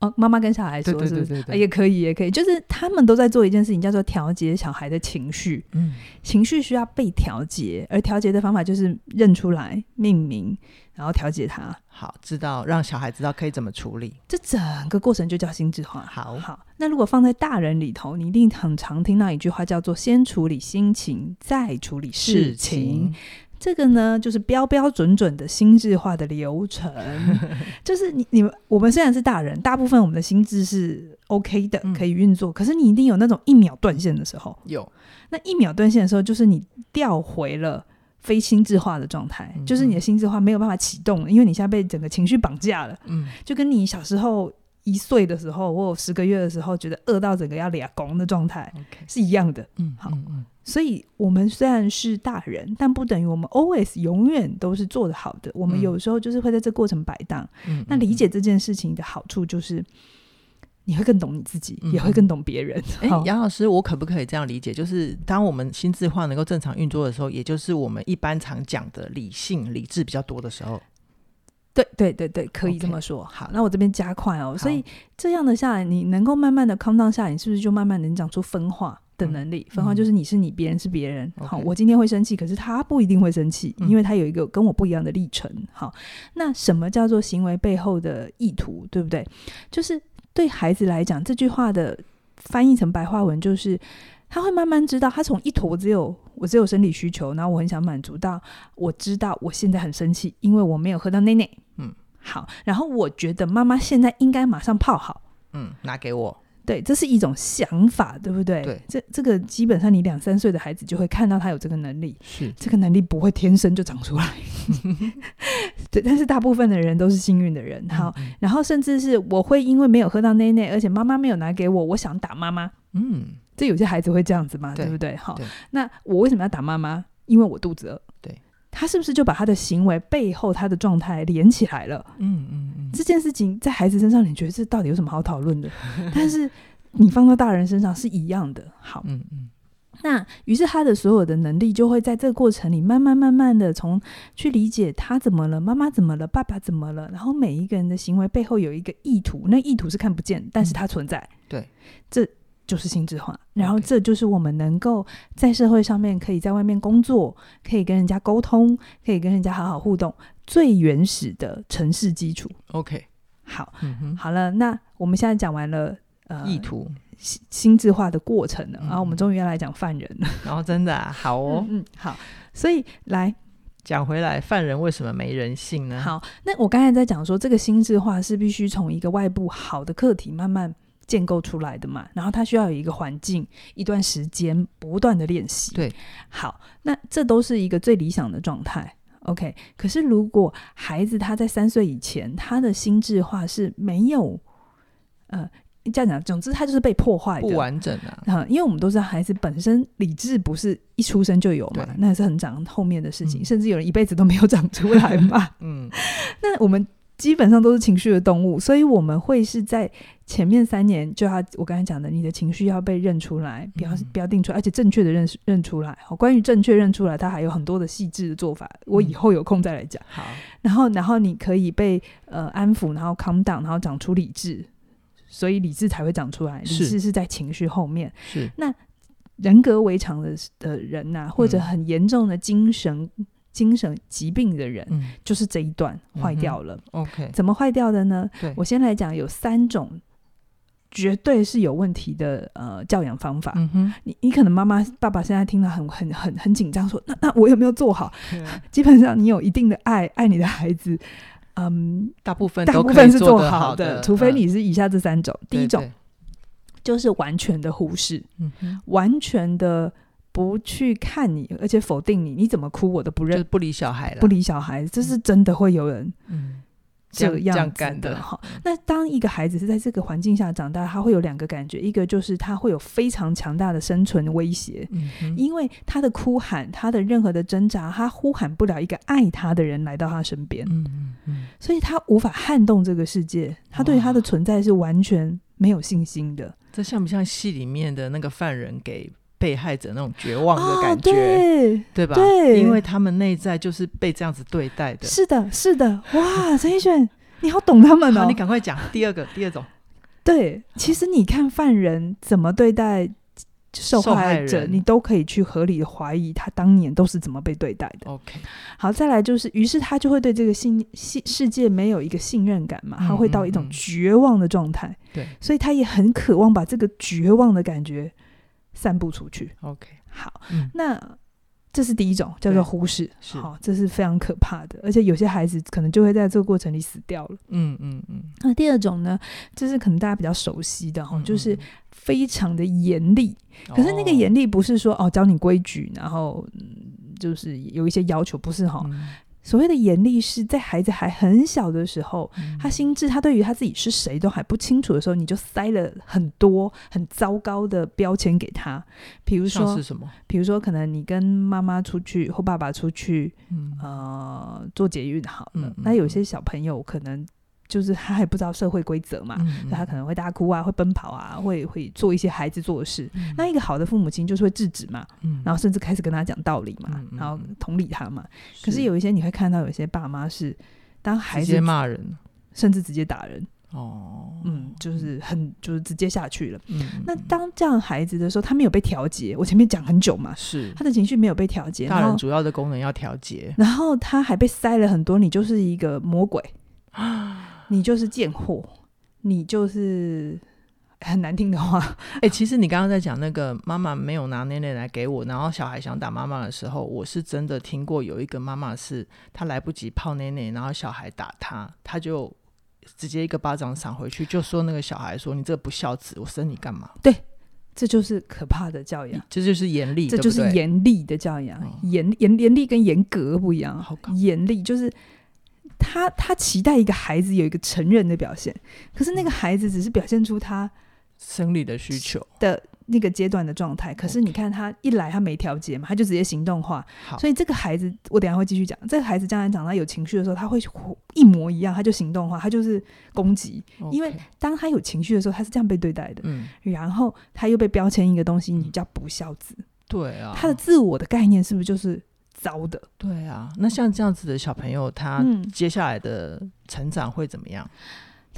[SPEAKER 2] 哦，妈妈跟小孩说，
[SPEAKER 1] 嗯对对
[SPEAKER 2] 是不是
[SPEAKER 1] 对对对
[SPEAKER 2] 啊也可以，也可以，就是他们都在做一件事情，叫做调节小孩的情绪。
[SPEAKER 1] 嗯，
[SPEAKER 2] 情绪需要被调节，而调节的方法就是认出来、命名，然后调节它。
[SPEAKER 1] 好，知道让小孩知道可以怎么处理。
[SPEAKER 2] 这整个过程就叫心智化。
[SPEAKER 1] 好
[SPEAKER 2] 好，那如果放在大人里头，你一定很常听到一句话叫做“先处理心情，再处理事情”这个呢，就是标标准准的心智化的
[SPEAKER 1] [LAUGHS]
[SPEAKER 2] 流程。就是你、你们、我们虽然是大人，大部分我们的心智是 OK 的
[SPEAKER 1] 嗯，
[SPEAKER 2] 可以运作，可是你一定有那种一秒断线的时候。
[SPEAKER 1] 有，
[SPEAKER 2] 那一秒断线的时候，就是你调回了非心智化的状态，
[SPEAKER 1] 嗯
[SPEAKER 2] 就是你的心智化没有办法启动了，因为你现在被整个情绪绑架了，
[SPEAKER 1] 嗯，
[SPEAKER 2] 就跟你小时候一岁的时候，或十个月的时候，觉得饿到整个要俩拱的状态
[SPEAKER 1] OK
[SPEAKER 2] 是一样的。
[SPEAKER 1] 嗯，
[SPEAKER 2] 好
[SPEAKER 1] 嗯嗯
[SPEAKER 2] 所以，我们虽然是大人，但不等于我们 always 永远都是做得好的。我们
[SPEAKER 1] 嗯
[SPEAKER 2] 有时候就是会在这过程摆荡。
[SPEAKER 1] 嗯，
[SPEAKER 2] 那理解这件事情的好处就是，你会更懂你自己，
[SPEAKER 1] 嗯
[SPEAKER 2] 也会更懂别人。
[SPEAKER 1] 哎
[SPEAKER 2] 好，
[SPEAKER 1] 杨老师，我可不可以这样理解？就是当我们心智化能够正常运作的时候，也就是我们一般常讲的理性、理智比较多的时候。
[SPEAKER 2] 对对对对，可以
[SPEAKER 1] OK
[SPEAKER 2] 这么说。好，那我这边加快哦。
[SPEAKER 1] 好
[SPEAKER 2] 所以这样的下来，你能够慢慢的 calm down 下来，你是不是就慢慢能长出分化
[SPEAKER 1] 嗯
[SPEAKER 2] 的能力？分化就是你是你，别人是别人。
[SPEAKER 1] OK
[SPEAKER 2] 好，我今天会生气，可是他不一定会生气，
[SPEAKER 1] 嗯
[SPEAKER 2] 因为他有一个跟我不一样的历程。好，那什么叫做行为背后的意图，对不对？就是对孩子来讲，这句话的翻译成白话文就是。他会慢慢知道，他从一坨只有我只有生理需求，然后我很想满足到，我知道我现在很生气，因为我没有喝到奶奶。
[SPEAKER 1] 嗯，
[SPEAKER 2] 好，然后我觉得妈妈现在应该马上泡好。
[SPEAKER 1] 嗯，拿给我。
[SPEAKER 2] 对，这是一种想法，对不对？
[SPEAKER 1] 对
[SPEAKER 2] 这这个基本上你两三岁的孩子就会看到他有这个能力，
[SPEAKER 1] 是，
[SPEAKER 2] 这个能力不会天生就长
[SPEAKER 1] [LAUGHS]
[SPEAKER 2] 出来。 [LAUGHS] 对，但是大部分的人都是幸运的人。好，
[SPEAKER 1] 嗯，
[SPEAKER 2] 然后甚至是我会因为没有喝到奶奶，而且妈妈没有拿给我，我想打妈妈。
[SPEAKER 1] 嗯，
[SPEAKER 2] 这有些孩子会这样子嘛，对
[SPEAKER 1] 对
[SPEAKER 2] 不对？好
[SPEAKER 1] 对，
[SPEAKER 2] 那我为什么要打妈妈？因为我肚子饿。
[SPEAKER 1] 对，
[SPEAKER 2] 他是不是就把他的行为背后他的状态连起来了？
[SPEAKER 1] 嗯嗯嗯，
[SPEAKER 2] 这件事情在孩子身上，你觉得这到底有什么好讨论的？但是你放到大人身上是一样的。好，
[SPEAKER 1] 嗯嗯
[SPEAKER 2] 那于是他的所有的能力就会在这个过程里慢慢慢慢的从去理解他怎么了，妈妈怎么了，爸爸怎么了，然后每一个人的行为背后有一个意图，那意图是看不见，但是它存在。
[SPEAKER 1] 对，
[SPEAKER 2] 这就是心智化，然后这就是我们能够在社会上面可以在外面工作，可以跟人家沟通，可以跟人家好好互动，最原始的城市基础。
[SPEAKER 1] ，OK，
[SPEAKER 2] 好，
[SPEAKER 1] 嗯哼，
[SPEAKER 2] 好了，那我们现在讲完了。呃，
[SPEAKER 1] 意图，
[SPEAKER 2] 心心智化的过程了，
[SPEAKER 1] 嗯
[SPEAKER 2] 然后我们终于要来讲犯人了。
[SPEAKER 1] 然后真的啊好哦。
[SPEAKER 2] [LAUGHS] 嗯，嗯好，所以来
[SPEAKER 1] 讲回来，犯人为什么没人性呢？，
[SPEAKER 2] 好，那我刚才在讲说，这个心智化是必须从一个外部好的课题慢慢建构出来的嘛，然后它需要有一个环境、一段时间不断的练习。
[SPEAKER 1] 对，
[SPEAKER 2] 好，那这都是一个最理想的状态。OK，可是如果孩子他在三岁以前，他的心智化是没有，呃，这样讲，总之他就是被破坏的，
[SPEAKER 1] 不完整啊。
[SPEAKER 2] 啊、因为我们都知道孩子本身理智不是一出生就有嘛
[SPEAKER 1] 对，
[SPEAKER 2] 那是很长后面的事情，
[SPEAKER 1] 嗯
[SPEAKER 2] [LAUGHS] 甚至有人一辈子都没有长出来
[SPEAKER 1] [LAUGHS]
[SPEAKER 2] 嘛。 [LAUGHS]
[SPEAKER 1] 嗯，
[SPEAKER 2] 那我们基本上都是情绪的动物，所以我们会是在前面三年就要我刚才讲的，你的情绪要被认出来，不要
[SPEAKER 1] 嗯
[SPEAKER 2] 不要定出来，而且正确的认识认出来。好，关于正确认出来，它还有很多的细致的做法，我
[SPEAKER 1] 嗯
[SPEAKER 2] 以后有空再来讲。
[SPEAKER 1] 好，
[SPEAKER 2] 然后，然后你可以被呃安抚，然后 calm down，然后长出理智。所以理智才会长出来。理
[SPEAKER 1] 是
[SPEAKER 2] 智是在情绪后面。
[SPEAKER 1] 是
[SPEAKER 2] 人格围常的的人呐、或者
[SPEAKER 1] 嗯
[SPEAKER 2] 很严重的精神精神疾病的人， [LAUGHS]
[SPEAKER 1] 嗯
[SPEAKER 2] 就是这一段坏
[SPEAKER 1] 嗯哼
[SPEAKER 2] 掉了。
[SPEAKER 1] ，OK，
[SPEAKER 2] 怎么坏掉的呢？
[SPEAKER 1] 对
[SPEAKER 2] 我先来讲，有三种绝对是有问题的呃教养方法。
[SPEAKER 1] 嗯哼，
[SPEAKER 2] 你你可能妈妈爸爸现在听了很很很很紧张，说那那我有没有做好？ [LAUGHS] 基本上你有一定的爱爱你的孩子，嗯，
[SPEAKER 1] 大部分
[SPEAKER 2] 大
[SPEAKER 1] 都
[SPEAKER 2] 部
[SPEAKER 1] 可以
[SPEAKER 2] 分是
[SPEAKER 1] 做
[SPEAKER 2] 做
[SPEAKER 1] 得
[SPEAKER 2] 好
[SPEAKER 1] 的，
[SPEAKER 2] 除非
[SPEAKER 1] 嗯
[SPEAKER 2] 你是以下这三种。第一
[SPEAKER 1] 对
[SPEAKER 2] 种
[SPEAKER 1] 对
[SPEAKER 2] 就是完全的忽视，
[SPEAKER 1] 嗯哼，
[SPEAKER 2] 完全的不去看你，而且否定你，你怎么哭我都不
[SPEAKER 1] 就是
[SPEAKER 2] 认，
[SPEAKER 1] 不理小孩了，
[SPEAKER 2] 不理小孩，这是真的会有人
[SPEAKER 1] 嗯，这
[SPEAKER 2] 这
[SPEAKER 1] 样这样
[SPEAKER 2] 子
[SPEAKER 1] 干的
[SPEAKER 2] 哈。那当一个孩子是在这个环境下长大，他会有两个感觉，一个就是他会有非常强大的生存威胁。
[SPEAKER 1] 嗯哼，
[SPEAKER 2] 因为他的哭喊，他的任何的挣扎，他呼喊不了一个爱他的人来到他身边，
[SPEAKER 1] 嗯嗯嗯，
[SPEAKER 2] 所以他无法撼动这个世界。他对他的存在是完全没有信心的。
[SPEAKER 1] 这像不像戏里面的那个犯人给被害者那种绝望的
[SPEAKER 2] 哦
[SPEAKER 1] 感觉，
[SPEAKER 2] 对，
[SPEAKER 1] 对吧？
[SPEAKER 2] 对
[SPEAKER 1] 因为他们内在就是被这样子对待的。
[SPEAKER 2] 是的，是的，哇，陈奕迅， [LAUGHS] 你好懂他们
[SPEAKER 1] 好，
[SPEAKER 2] 哦
[SPEAKER 1] 你。赶快讲第二个，第二种
[SPEAKER 2] 对，其实你看犯人怎么对待受
[SPEAKER 1] 受害
[SPEAKER 2] 害者，
[SPEAKER 1] 人
[SPEAKER 2] 你都可以去合理的怀疑他当年都是怎么被对待的。
[SPEAKER 1] ，OK，
[SPEAKER 2] 好，再来就是，于是他就会对这个信世世界没有一个信任感嘛，他会到一
[SPEAKER 1] 嗯嗯
[SPEAKER 2] 种
[SPEAKER 1] 嗯
[SPEAKER 2] 绝望的状态，
[SPEAKER 1] 对
[SPEAKER 2] 所以他也很渴望把这个绝望的感觉散布出去。
[SPEAKER 1] ，OK，
[SPEAKER 2] 好，
[SPEAKER 1] 嗯
[SPEAKER 2] 那这是第一种，叫
[SPEAKER 1] 对
[SPEAKER 2] 做忽视，
[SPEAKER 1] 是
[SPEAKER 2] 好、这是非常可怕的，而且有些孩子可能就会在这个过程里死掉了。
[SPEAKER 1] 嗯嗯嗯，
[SPEAKER 2] 那第二种呢，就是可能大家比较熟悉的哈、
[SPEAKER 1] 嗯
[SPEAKER 2] 哦
[SPEAKER 1] 哦
[SPEAKER 2] 就是非常的严厉。可是那个严，厉不是说哦教你规矩，然后、嗯就是有一些要求，不是哈、
[SPEAKER 1] 嗯
[SPEAKER 2] 所谓的严厉是在孩子还很小的时候，
[SPEAKER 1] 嗯
[SPEAKER 2] 他心智他对于他自己是谁都还不清楚的时候，你就塞了很多很糟糕的标签给他，比如
[SPEAKER 1] 像
[SPEAKER 2] 说
[SPEAKER 1] 是，什么？
[SPEAKER 2] 比如说可能你跟妈妈出去或爸爸出去，
[SPEAKER 1] 嗯
[SPEAKER 2] 呃，做捷运好了，
[SPEAKER 1] 嗯嗯
[SPEAKER 2] 那有
[SPEAKER 1] 嗯
[SPEAKER 2] 些小朋友可能就是他还不知道社会规则嘛，
[SPEAKER 1] 嗯
[SPEAKER 2] 他可能会大哭啊，会奔跑啊，会会做一些孩子做的事。
[SPEAKER 1] 嗯
[SPEAKER 2] 那一个好的父母亲就是会制止嘛，
[SPEAKER 1] 嗯
[SPEAKER 2] 然后甚至开始跟他讲道理嘛，
[SPEAKER 1] 嗯嗯
[SPEAKER 2] 然后
[SPEAKER 1] 嗯
[SPEAKER 2] 同理他嘛。可是有一些你会看到，有些爸妈是当孩
[SPEAKER 1] 直
[SPEAKER 2] 子
[SPEAKER 1] 接骂人
[SPEAKER 2] 甚至直接打人，
[SPEAKER 1] 哦，
[SPEAKER 2] 嗯，就是很就是直接下去了。
[SPEAKER 1] 嗯，
[SPEAKER 2] 那
[SPEAKER 1] 嗯
[SPEAKER 2] 当这样孩子的时候，他没有被调节，我前面讲很久嘛，
[SPEAKER 1] 是
[SPEAKER 2] 他的情绪没有被调节，
[SPEAKER 1] 大
[SPEAKER 2] 然
[SPEAKER 1] 人
[SPEAKER 2] 后
[SPEAKER 1] 主要的功能要调节，
[SPEAKER 2] 然后他还被塞了很多，你就是一个
[SPEAKER 1] [GASPS]
[SPEAKER 2] 魔鬼，你就是贱货，你就是很难听的话， [LAUGHS]
[SPEAKER 1] 哎、其实你刚刚在讲那个妈妈没有拿奶奶来给我，然后小孩想打妈妈的时候，我是真的听过有一个妈妈是她来不及泡奶奶，然后小孩打她，她就直接一个巴掌赏回去，就说那个小孩说你这个不孝子，我生你干嘛？
[SPEAKER 2] 这就是可怕的教养，
[SPEAKER 1] 这就是严厉，
[SPEAKER 2] 这
[SPEAKER 1] 对不
[SPEAKER 2] 就是
[SPEAKER 1] 对
[SPEAKER 2] 严厉的教养
[SPEAKER 1] 哦。
[SPEAKER 2] 严严严厉跟严格不一样啊
[SPEAKER 1] 好搞，
[SPEAKER 2] 严厉就是他他期待一个孩子有一个成人的表现，可是那
[SPEAKER 1] 嗯
[SPEAKER 2] 个孩子只是表现出他
[SPEAKER 1] 生理的需求。
[SPEAKER 2] 的那个阶段的状态。可是
[SPEAKER 1] OK
[SPEAKER 2] 你看他一来他没调节嘛，他就直接行动化，
[SPEAKER 1] 好，
[SPEAKER 2] 所以这个孩子我等一下会继续讲，这个孩子将来长大有情绪的时候，他会一模一样，他就行动化，他就是攻击。因为
[SPEAKER 1] OK，
[SPEAKER 2] 当他有情绪的时候，他是这样被对待的，
[SPEAKER 1] 嗯，
[SPEAKER 2] 然后他又被标签一个东西，你叫不孝子。
[SPEAKER 1] 对嗯啊，
[SPEAKER 2] 他的自我的概念是不是就是糟的？
[SPEAKER 1] 对啊，那像这样子的小朋友，他
[SPEAKER 2] 嗯
[SPEAKER 1] 接下来的成长会怎么样？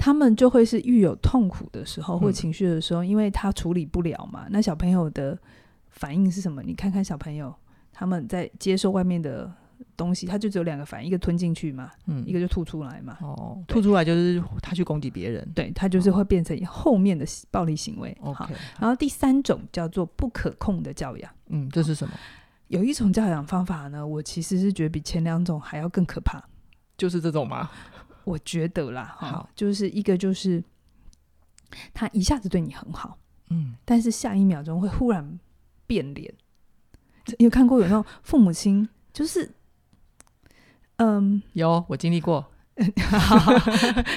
[SPEAKER 2] 他们就会是遇有痛苦的时候或
[SPEAKER 1] 嗯
[SPEAKER 2] 情绪的时候，因为他处理不了嘛。那小朋友的反应是什么？你看看小朋友他们在接受外面的东西，他就只有两个反应：一个吞进去嘛，
[SPEAKER 1] 嗯，
[SPEAKER 2] 一个就吐出来嘛。
[SPEAKER 1] 哦，
[SPEAKER 2] 对
[SPEAKER 1] 吐出来就是他去攻击别人。
[SPEAKER 2] 对他就是会变成后面的暴力行为。好，
[SPEAKER 1] 哦 OK，
[SPEAKER 2] 然后第三种叫做不可控的教养。
[SPEAKER 1] 嗯，这是什么？
[SPEAKER 2] 有一种教养方法呢，我其实是觉得比前两种还要更可怕。
[SPEAKER 1] 就是这种吗？
[SPEAKER 2] 我觉得啦，哈
[SPEAKER 1] 好，
[SPEAKER 2] 就是一个就是他一下子对你很好，
[SPEAKER 1] 嗯，
[SPEAKER 2] 但是下一秒钟会忽然变脸。你有看过有那种父母亲就是，嗯，
[SPEAKER 1] 有，我经历过。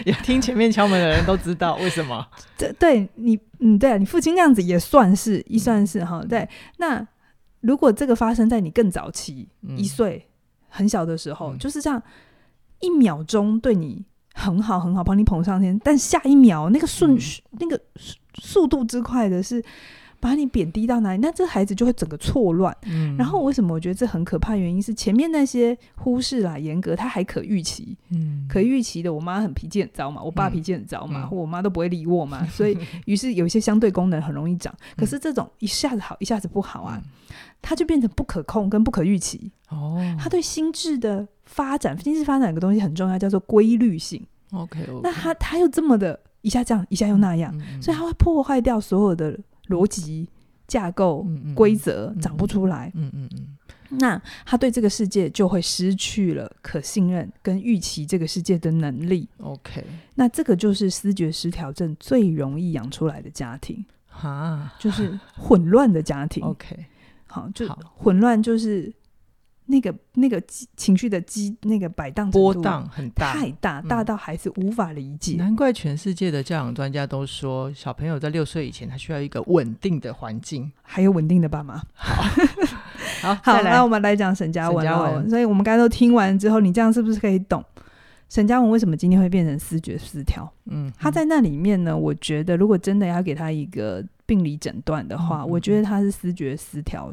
[SPEAKER 1] 也听前面敲门的人都知道为什么。
[SPEAKER 2] 这对你，嗯，对、啊、你父亲那样子也算是一算是
[SPEAKER 1] 嗯
[SPEAKER 2] 哈，对。那如果这个发生在你更早期，
[SPEAKER 1] 嗯
[SPEAKER 2] 一岁很小的时候，
[SPEAKER 1] 嗯
[SPEAKER 2] 就是这样，一秒钟对你很好很好，帮你捧上天，但下一秒那个瞬、
[SPEAKER 1] 嗯
[SPEAKER 2] 那个速速度之快的是，把你贬低到哪里，那这孩子就会整个错乱。
[SPEAKER 1] 嗯
[SPEAKER 2] 然后为什么我觉得这很可怕？原因是前面那些忽视啦、严格，他还可预期，
[SPEAKER 1] 嗯
[SPEAKER 2] 可预期的。我妈很脾气很糟嘛，我爸
[SPEAKER 1] 嗯
[SPEAKER 2] 脾气很糟嘛，
[SPEAKER 1] 嗯
[SPEAKER 2] 或我妈都不会理我嘛，
[SPEAKER 1] [LAUGHS]
[SPEAKER 2] 所以于是有一些相对功能很容易长。可
[SPEAKER 1] 嗯
[SPEAKER 2] 是这种一下子好，一下子不好啊，它就变成不可控跟不可预期。
[SPEAKER 1] 哦，
[SPEAKER 2] 它对心智的发展，心智发展有个东西很重要，叫做规律性。
[SPEAKER 1] OK，
[SPEAKER 2] 那它它又这么的一下这样，一下又那
[SPEAKER 1] 嗯
[SPEAKER 2] 样，所以它会破坏掉所有的逻辑架构。
[SPEAKER 1] 嗯
[SPEAKER 2] 规，则
[SPEAKER 1] 嗯
[SPEAKER 2] 长不出来，
[SPEAKER 1] 嗯嗯嗯
[SPEAKER 2] 那他对这个世界就会失去了可信任跟预期这个世界的能力。
[SPEAKER 1] ，OK，
[SPEAKER 2] 那这个就是思觉失调症最容易养出来的家庭，
[SPEAKER 1] 哈
[SPEAKER 2] 就是混乱的家庭。
[SPEAKER 1] ，OK，
[SPEAKER 2] 好，就
[SPEAKER 1] 哦好
[SPEAKER 2] 混乱就是那个那个激情绪的激那个摆荡程
[SPEAKER 1] 波
[SPEAKER 2] 度啊
[SPEAKER 1] 荡很大。
[SPEAKER 2] 太大，
[SPEAKER 1] 嗯
[SPEAKER 2] 大到孩子无法理解。
[SPEAKER 1] 难怪全世界的教养专家都说，小朋友在六岁以前，他需要一个稳定的环境。
[SPEAKER 2] 还有稳定的爸妈。
[SPEAKER 1] 好，
[SPEAKER 2] 好，
[SPEAKER 1] 再来
[SPEAKER 2] 那我们来讲沈嘉文
[SPEAKER 1] 沈嘉
[SPEAKER 2] 喽。
[SPEAKER 1] 文
[SPEAKER 2] 所以我们刚才都听完之后，你这样是不是可以懂沈嘉文为什么今天会变成思觉失调？
[SPEAKER 1] 嗯，
[SPEAKER 2] 他在那里面呢，我觉得如果真的要给他一个病理诊断的话，
[SPEAKER 1] 嗯嗯
[SPEAKER 2] 我觉得他是思觉失调，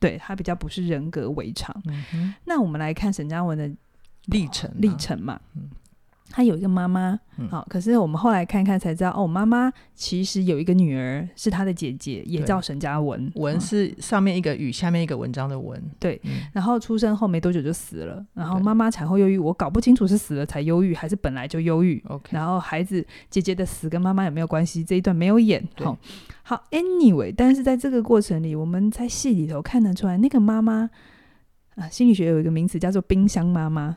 [SPEAKER 2] 对他比较不是人格违常。
[SPEAKER 1] 嗯哼
[SPEAKER 2] 那我们来看沈嘉文的
[SPEAKER 1] 历嗯程啊
[SPEAKER 2] 历，程嘛，
[SPEAKER 1] 嗯
[SPEAKER 2] 他有一个妈妈，好、
[SPEAKER 1] 嗯
[SPEAKER 2] 可是我们后来看看才知道，哦，妈妈其实有一个女儿是他的姐姐，也
[SPEAKER 1] 对
[SPEAKER 2] 叫沈嘉文，
[SPEAKER 1] 文
[SPEAKER 2] 嗯
[SPEAKER 1] 是上面一个雨，下面一个文章的文。
[SPEAKER 2] 对
[SPEAKER 1] 嗯
[SPEAKER 2] 然后出生后没多久就死了，然后
[SPEAKER 1] 对
[SPEAKER 2] 妈妈产后忧郁，我搞不清楚是死了才忧郁，还是本来就忧郁。
[SPEAKER 1] ，OK，
[SPEAKER 2] 然后孩子姐姐的死跟妈妈有没有关系？这一段没有演。
[SPEAKER 1] 对
[SPEAKER 2] 好、好，anyway，但是在这个过程里，我们在戏里头看得出来，那个妈妈啊，心理学有一个名词叫做“冰箱妈妈”，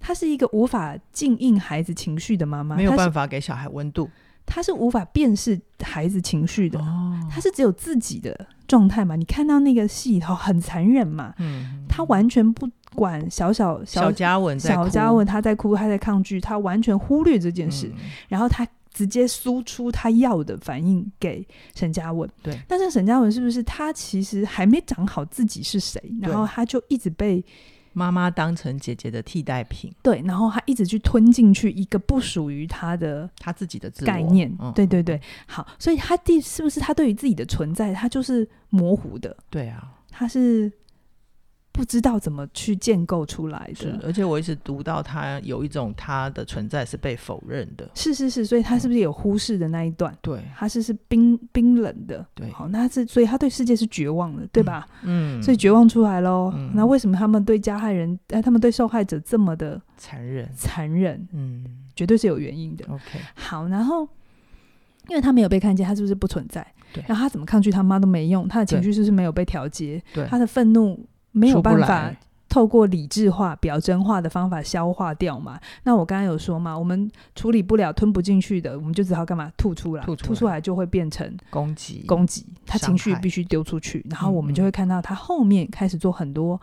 [SPEAKER 2] 她是一个无法静应孩子情绪的妈妈，
[SPEAKER 1] 没有
[SPEAKER 2] 她是
[SPEAKER 1] 办法给小孩温度
[SPEAKER 2] 她是无法辨识孩子情绪的，
[SPEAKER 1] 哦
[SPEAKER 2] 她是只有自己的状态嘛。你看到那个戏里头很残忍嘛，
[SPEAKER 1] 嗯，
[SPEAKER 2] 她完全不管小小
[SPEAKER 1] 小嘉文在
[SPEAKER 2] 小
[SPEAKER 1] 哭
[SPEAKER 2] 嘉文她在哭，她在抗拒，她完全忽略这件事。
[SPEAKER 1] 嗯
[SPEAKER 2] 然后他直接输出他要的反应给沈嘉文。
[SPEAKER 1] 对，
[SPEAKER 2] 但是沈嘉文是不是他其实还没长好自己是谁，然后他就一直被
[SPEAKER 1] 妈妈当成姐姐的替代品，
[SPEAKER 2] 对，然后他一直去吞进去一个不属于他的
[SPEAKER 1] 他自己的自我
[SPEAKER 2] 概念。
[SPEAKER 1] 嗯
[SPEAKER 2] 对对对，好，所以他第是不是他对于自己的存在，他就是模糊的，
[SPEAKER 1] 对啊，
[SPEAKER 2] 他是。不知道怎么去建构出来
[SPEAKER 1] 是
[SPEAKER 2] 的，，
[SPEAKER 1] 而且我一直读到他有一种他的存在是被否认的，
[SPEAKER 2] 是是是，所以他是不是有忽视的那一段？
[SPEAKER 1] 对，
[SPEAKER 2] 他是是冰冰冷的，
[SPEAKER 1] 对
[SPEAKER 2] 好，那是所以他对世界是绝望的，对吧？
[SPEAKER 1] 嗯，
[SPEAKER 2] 所以绝望出来喽。
[SPEAKER 1] 嗯
[SPEAKER 2] 那为什么他们对加害人，哎、他们对受害者这么的
[SPEAKER 1] 残忍，
[SPEAKER 2] 残忍，
[SPEAKER 1] 嗯
[SPEAKER 2] 绝对是有原因的。
[SPEAKER 1] ，OK，
[SPEAKER 2] 好，然后因为他没有被看见，他是不是不存在？
[SPEAKER 1] 对
[SPEAKER 2] 然后他怎么抗拒他妈都没用，他的情
[SPEAKER 1] 对
[SPEAKER 2] 绪是不是没有被调节？
[SPEAKER 1] 对
[SPEAKER 2] 他的愤怒没有
[SPEAKER 1] 出不
[SPEAKER 2] 办法
[SPEAKER 1] 来
[SPEAKER 2] 透过理智化、表征化的方法消化掉嘛？那我刚刚有说嘛，我们处理不了、吞不进去的，我们就只好干嘛吐出来，
[SPEAKER 1] 吐出来
[SPEAKER 2] 就会变成
[SPEAKER 1] 攻击，
[SPEAKER 2] 攻击，他
[SPEAKER 1] 伤
[SPEAKER 2] 情绪
[SPEAKER 1] 害
[SPEAKER 2] 必须丢出去，然后
[SPEAKER 1] 嗯
[SPEAKER 2] 我们就会看到他后面开始做很多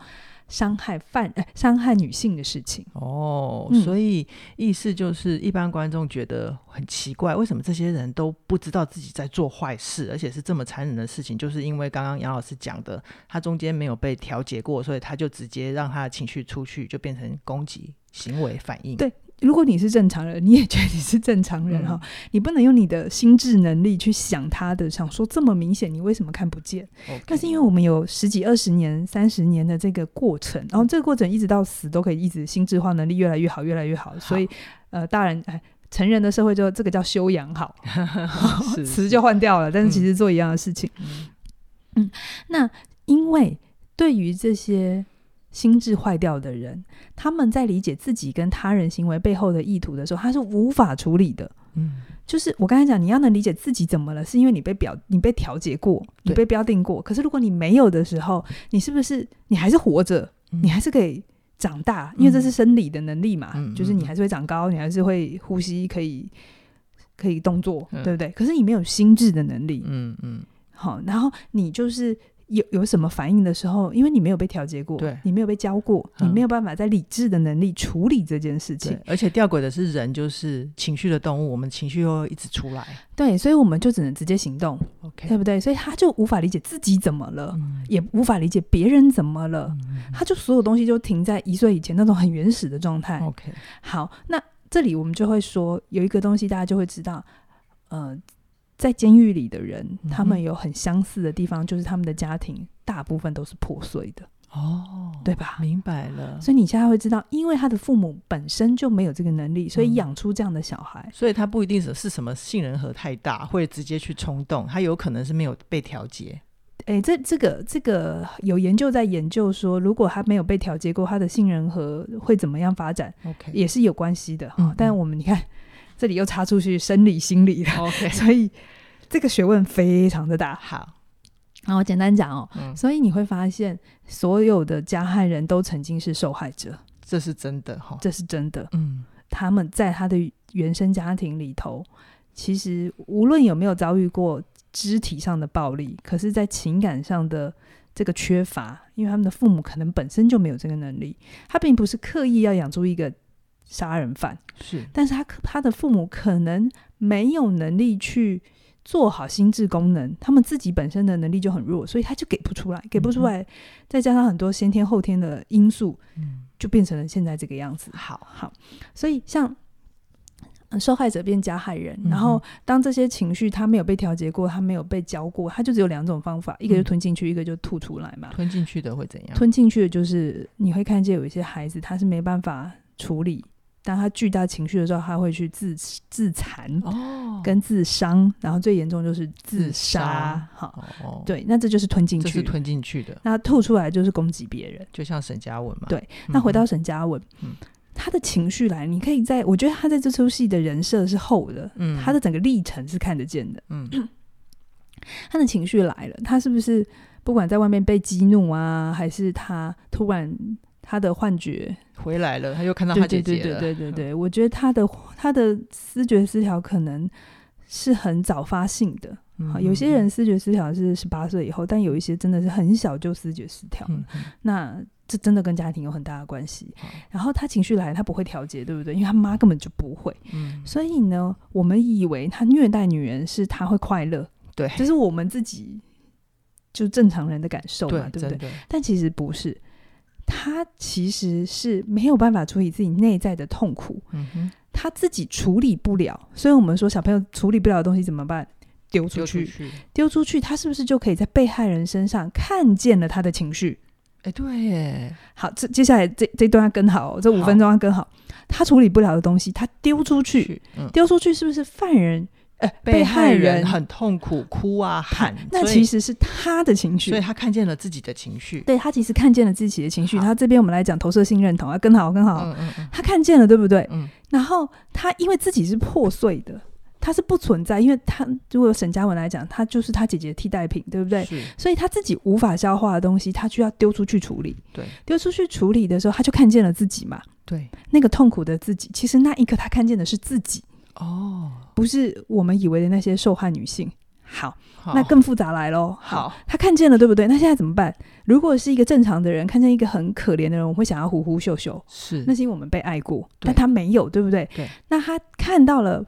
[SPEAKER 2] 伤害犯、呃、伤害女性的事情。
[SPEAKER 1] 哦，
[SPEAKER 2] 嗯
[SPEAKER 1] 所以意思就是，一般观众觉得很奇怪，为什么这些人都不知道自己在做坏事，而且是这么残忍的事情？就是因为刚刚杨老师讲的，他中间没有被调节过，所以他就直接让他的情绪出去，就变成攻击行为反应。
[SPEAKER 2] 对如果你是正常人，你也觉得你是正常
[SPEAKER 1] 嗯
[SPEAKER 2] 人哈、你不能用你的心智能力去想他的，想说这么明显，你为什么看不见？
[SPEAKER 1] OK，
[SPEAKER 2] 那是因为我们有十几、二十年、三十年的这个过程，然后这个过程一直到死都可以一直心智化能力越来越好，越来越好，所以呃，大人哎。成人的社会就这个叫修养 [LAUGHS] 好，
[SPEAKER 1] 是
[SPEAKER 2] 词就换掉了，但是
[SPEAKER 1] 嗯
[SPEAKER 2] 其实做一样的事情。
[SPEAKER 1] 嗯
[SPEAKER 2] 那因为对于这些心智坏掉的人，他们在理解自己跟他人行为背后的意图的时候，他是无法处理的。
[SPEAKER 1] 嗯
[SPEAKER 2] 就是我刚才讲，你要能理解自己怎么了，是因为你被表你被调节过，你
[SPEAKER 1] 对
[SPEAKER 2] 被标定过。可是如果你没有的时候，你是不是你还是活着，
[SPEAKER 1] 嗯
[SPEAKER 2] 你还是可以长大，因为这是生理的能力嘛，
[SPEAKER 1] 嗯
[SPEAKER 2] 就是
[SPEAKER 1] 嗯
[SPEAKER 2] 你
[SPEAKER 1] 嗯
[SPEAKER 2] 还是会长高，你还是会呼吸，可以可以动作，
[SPEAKER 1] 嗯
[SPEAKER 2] 对不对？可是你没有心智的能力，
[SPEAKER 1] 嗯嗯，
[SPEAKER 2] 好，然后你就是有有什么反应的时候，因为你没有被调节过，
[SPEAKER 1] 对
[SPEAKER 2] 你没有被教过，
[SPEAKER 1] 嗯
[SPEAKER 2] 你没有办法在理智的能力处理这件事情
[SPEAKER 1] 对，，而且吊诡的是，人就是情绪的动物，我们情绪又会一直出来。
[SPEAKER 2] 对所以我们就只能直接行动，对
[SPEAKER 1] OK，
[SPEAKER 2] 不对？所以他就无法理解自己怎么了，
[SPEAKER 1] 哎嗯
[SPEAKER 2] 也无法理解别人怎么了，
[SPEAKER 1] 嗯
[SPEAKER 2] 他就所有东西就停在一岁以前那种很原始的状态。
[SPEAKER 1] ，OK，
[SPEAKER 2] 好，那这里我们就会说有一个东西，大家就会知道，呃，在监狱里的人，
[SPEAKER 1] 嗯哼
[SPEAKER 2] 他们有很相似的地方，就是他们的家庭大部分都是破碎的，
[SPEAKER 1] 哦，
[SPEAKER 2] 对吧？
[SPEAKER 1] 明白了。
[SPEAKER 2] 所以你现在会知道，因为他的父母本身就没有这个能力，所以养出这样的小孩。
[SPEAKER 1] 所以他不一定是是什么杏仁核太大，会直接去冲动，他有可能是没有被调节。
[SPEAKER 2] 诶，这这个这个有研究在研究说，如果他没有被调节过，他的杏仁核会怎么样发展，
[SPEAKER 1] OK
[SPEAKER 2] 也是有关系的哈。
[SPEAKER 1] 嗯嗯
[SPEAKER 2] 但我们你看，这里又插出去生理心理了，
[SPEAKER 1] [LAUGHS] OK，
[SPEAKER 2] 所以这个学问非常的大。
[SPEAKER 1] 好，
[SPEAKER 2] 然后简单讲哦，
[SPEAKER 1] 嗯，
[SPEAKER 2] 所以你会发现，所有的加害人都曾经是受害者，
[SPEAKER 1] 这是真的哈。
[SPEAKER 2] 这是真的。
[SPEAKER 1] 嗯
[SPEAKER 2] 他们在他的原生家庭里头，其实无论有没有遭遇过肢体上的暴力，可是，在情感上的这个缺乏，因为他们的父母可能本身就没有这个能力，他并不是刻意要养出一个杀人犯，
[SPEAKER 1] 是
[SPEAKER 2] 但是他可他的父母可能没有能力去做好心智功能，他们自己本身的能力就很弱，所以他就给不出来，给不出来，再加上很多先天后天的因素，
[SPEAKER 1] 嗯
[SPEAKER 2] 就变成了现在这个样子。
[SPEAKER 1] 好，
[SPEAKER 2] 好，所以像。呃受害者变加害人，
[SPEAKER 1] 嗯哼
[SPEAKER 2] 然后当这些情绪他没有被调节过，他没有被教过，他就只有两种方法，一个
[SPEAKER 1] 嗯
[SPEAKER 2] 就吞进去，一个就吐出来嘛。
[SPEAKER 1] 吞进去的会怎样？
[SPEAKER 2] 吞进去的就是你会看见有一些孩子他是没办法处理，当他巨大情绪的时候，他会去自自残
[SPEAKER 1] 哦
[SPEAKER 2] 跟自伤，然后最严重就是自
[SPEAKER 1] 自
[SPEAKER 2] 杀
[SPEAKER 1] 杀。
[SPEAKER 2] 好，
[SPEAKER 1] 哦，
[SPEAKER 2] 对，那这就是吞进
[SPEAKER 1] 这
[SPEAKER 2] 去
[SPEAKER 1] 是。吞进去的，
[SPEAKER 2] 那吐出来就是攻击别人。
[SPEAKER 1] 就像沈佳文嘛。
[SPEAKER 2] 对
[SPEAKER 1] 嗯，
[SPEAKER 2] 那回到沈佳文，
[SPEAKER 1] 嗯
[SPEAKER 2] 他的情绪来，你可以在我觉得他在这出戏的人设是厚的，
[SPEAKER 1] 嗯
[SPEAKER 2] 他的整个历程是看得见的。
[SPEAKER 1] 嗯 [CLEARS THROAT]
[SPEAKER 2] 他的情绪来了，他是不是不管在外面被激怒啊，还是他突然他的幻觉
[SPEAKER 1] 回来了，他又看到他
[SPEAKER 2] 对对
[SPEAKER 1] 姐姐
[SPEAKER 2] 对对
[SPEAKER 1] 了。嗯
[SPEAKER 2] 对对对，我觉得他的他的思觉失调可能是很早发性的。
[SPEAKER 1] 嗯
[SPEAKER 2] 好，有些人，思觉失调是十八岁以后，但有一些真的是很小就思觉失调了。
[SPEAKER 1] 嗯嗯
[SPEAKER 2] 那这真的跟家庭有很大的关系
[SPEAKER 1] 好。
[SPEAKER 2] 然后他情绪来，他不会调节，对不对？因为他妈根本就不会。
[SPEAKER 1] 嗯，
[SPEAKER 2] 所以呢，我们以为他虐待女人是他会快乐，
[SPEAKER 1] 对
[SPEAKER 2] 这是我们自己就正常人的感受嘛，对不对
[SPEAKER 1] 真？的，
[SPEAKER 2] 但其实不是，他其实是没有办法处理自己内在的痛苦，
[SPEAKER 1] 嗯哼，
[SPEAKER 2] 他自己处理不了。所以我们说，小朋友处理不了的东西怎么办？丢出
[SPEAKER 1] 丢出
[SPEAKER 2] 去，
[SPEAKER 1] 去。
[SPEAKER 2] 丢出去，他是不是就可以在被害人身上看见了他的情绪？
[SPEAKER 1] 哎，对耶，
[SPEAKER 2] 好，这接下来这这段要跟好哦、这五
[SPEAKER 1] 好
[SPEAKER 2] 分钟要跟好。他处理不了的东西，他丢出去，，
[SPEAKER 1] 嗯，
[SPEAKER 2] 丢出去是不是犯人？呃，被
[SPEAKER 1] 害
[SPEAKER 2] 人
[SPEAKER 1] 很痛苦，哭
[SPEAKER 2] [LAUGHS]
[SPEAKER 1] 啊喊，
[SPEAKER 2] 那
[SPEAKER 1] 所以
[SPEAKER 2] 其实是他的情绪
[SPEAKER 1] 所以，他看见了自己的情绪。
[SPEAKER 2] 对他其实看见了自己的情绪。
[SPEAKER 1] 好
[SPEAKER 2] 他这边我们来讲投射性认同，要跟好跟好。
[SPEAKER 1] 嗯嗯嗯
[SPEAKER 2] 他看见了，对不对？
[SPEAKER 1] 嗯，
[SPEAKER 2] 然后他因为自己是破碎的，他是不存在，因为他如果沈佳文来讲，他就是他姐姐的替代品，对不对？
[SPEAKER 1] 是
[SPEAKER 2] 所以他自己无法消化的东西，他就要丢出去处理。
[SPEAKER 1] 对
[SPEAKER 2] 丢出去处理的时候，他就看见了自己嘛，
[SPEAKER 1] 对
[SPEAKER 2] 那个痛苦的自己。其实那一刻他看见的是自己，
[SPEAKER 1] 哦，
[SPEAKER 2] 不是我们以为的那些受害女性。好，
[SPEAKER 1] 好
[SPEAKER 2] 那更复杂来喽。，
[SPEAKER 1] 好，
[SPEAKER 2] 他看见了，对不对？那现在怎么办？如果是一个正常的人看见一个很可怜的人，我会想要呼呼秀秀，
[SPEAKER 1] 是
[SPEAKER 2] 那是因为我们被爱过，
[SPEAKER 1] 嗯对
[SPEAKER 2] 但他没有，对不对？
[SPEAKER 1] 对
[SPEAKER 2] 那他看到了，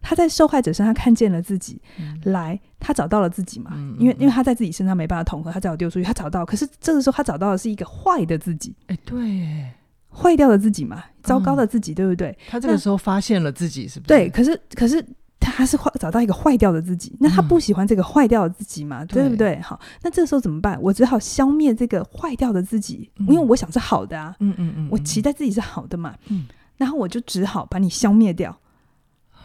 [SPEAKER 2] 他在受害者身上看见了自己，
[SPEAKER 1] 嗯
[SPEAKER 2] 来，他找到了自己嘛？
[SPEAKER 1] 嗯
[SPEAKER 2] 因为
[SPEAKER 1] 嗯
[SPEAKER 2] 因为
[SPEAKER 1] 嗯
[SPEAKER 2] 他在自己身上没办法统合，他只好丢出去，他找到，可是这个时候他找到的是一个坏的自己，
[SPEAKER 1] 哎对耶，
[SPEAKER 2] 坏掉的自己嘛，糟糕的自
[SPEAKER 1] 嗯
[SPEAKER 2] 己，对不对？
[SPEAKER 1] 他这个
[SPEAKER 2] 那
[SPEAKER 1] 时候发现了自己是不是？
[SPEAKER 2] 对，，可是可是。他是坏找到一个坏掉的自己，那他
[SPEAKER 1] 嗯
[SPEAKER 2] 不喜欢这个坏掉的自己嘛，对不
[SPEAKER 1] 对
[SPEAKER 2] 对？好，那这时候怎么办？我只好消灭这个坏掉的自己，
[SPEAKER 1] 嗯
[SPEAKER 2] 因为我想是好的啊，
[SPEAKER 1] 嗯嗯嗯，
[SPEAKER 2] 我期待自己是好的嘛，
[SPEAKER 1] 嗯
[SPEAKER 2] 然后我就只好把你消灭掉。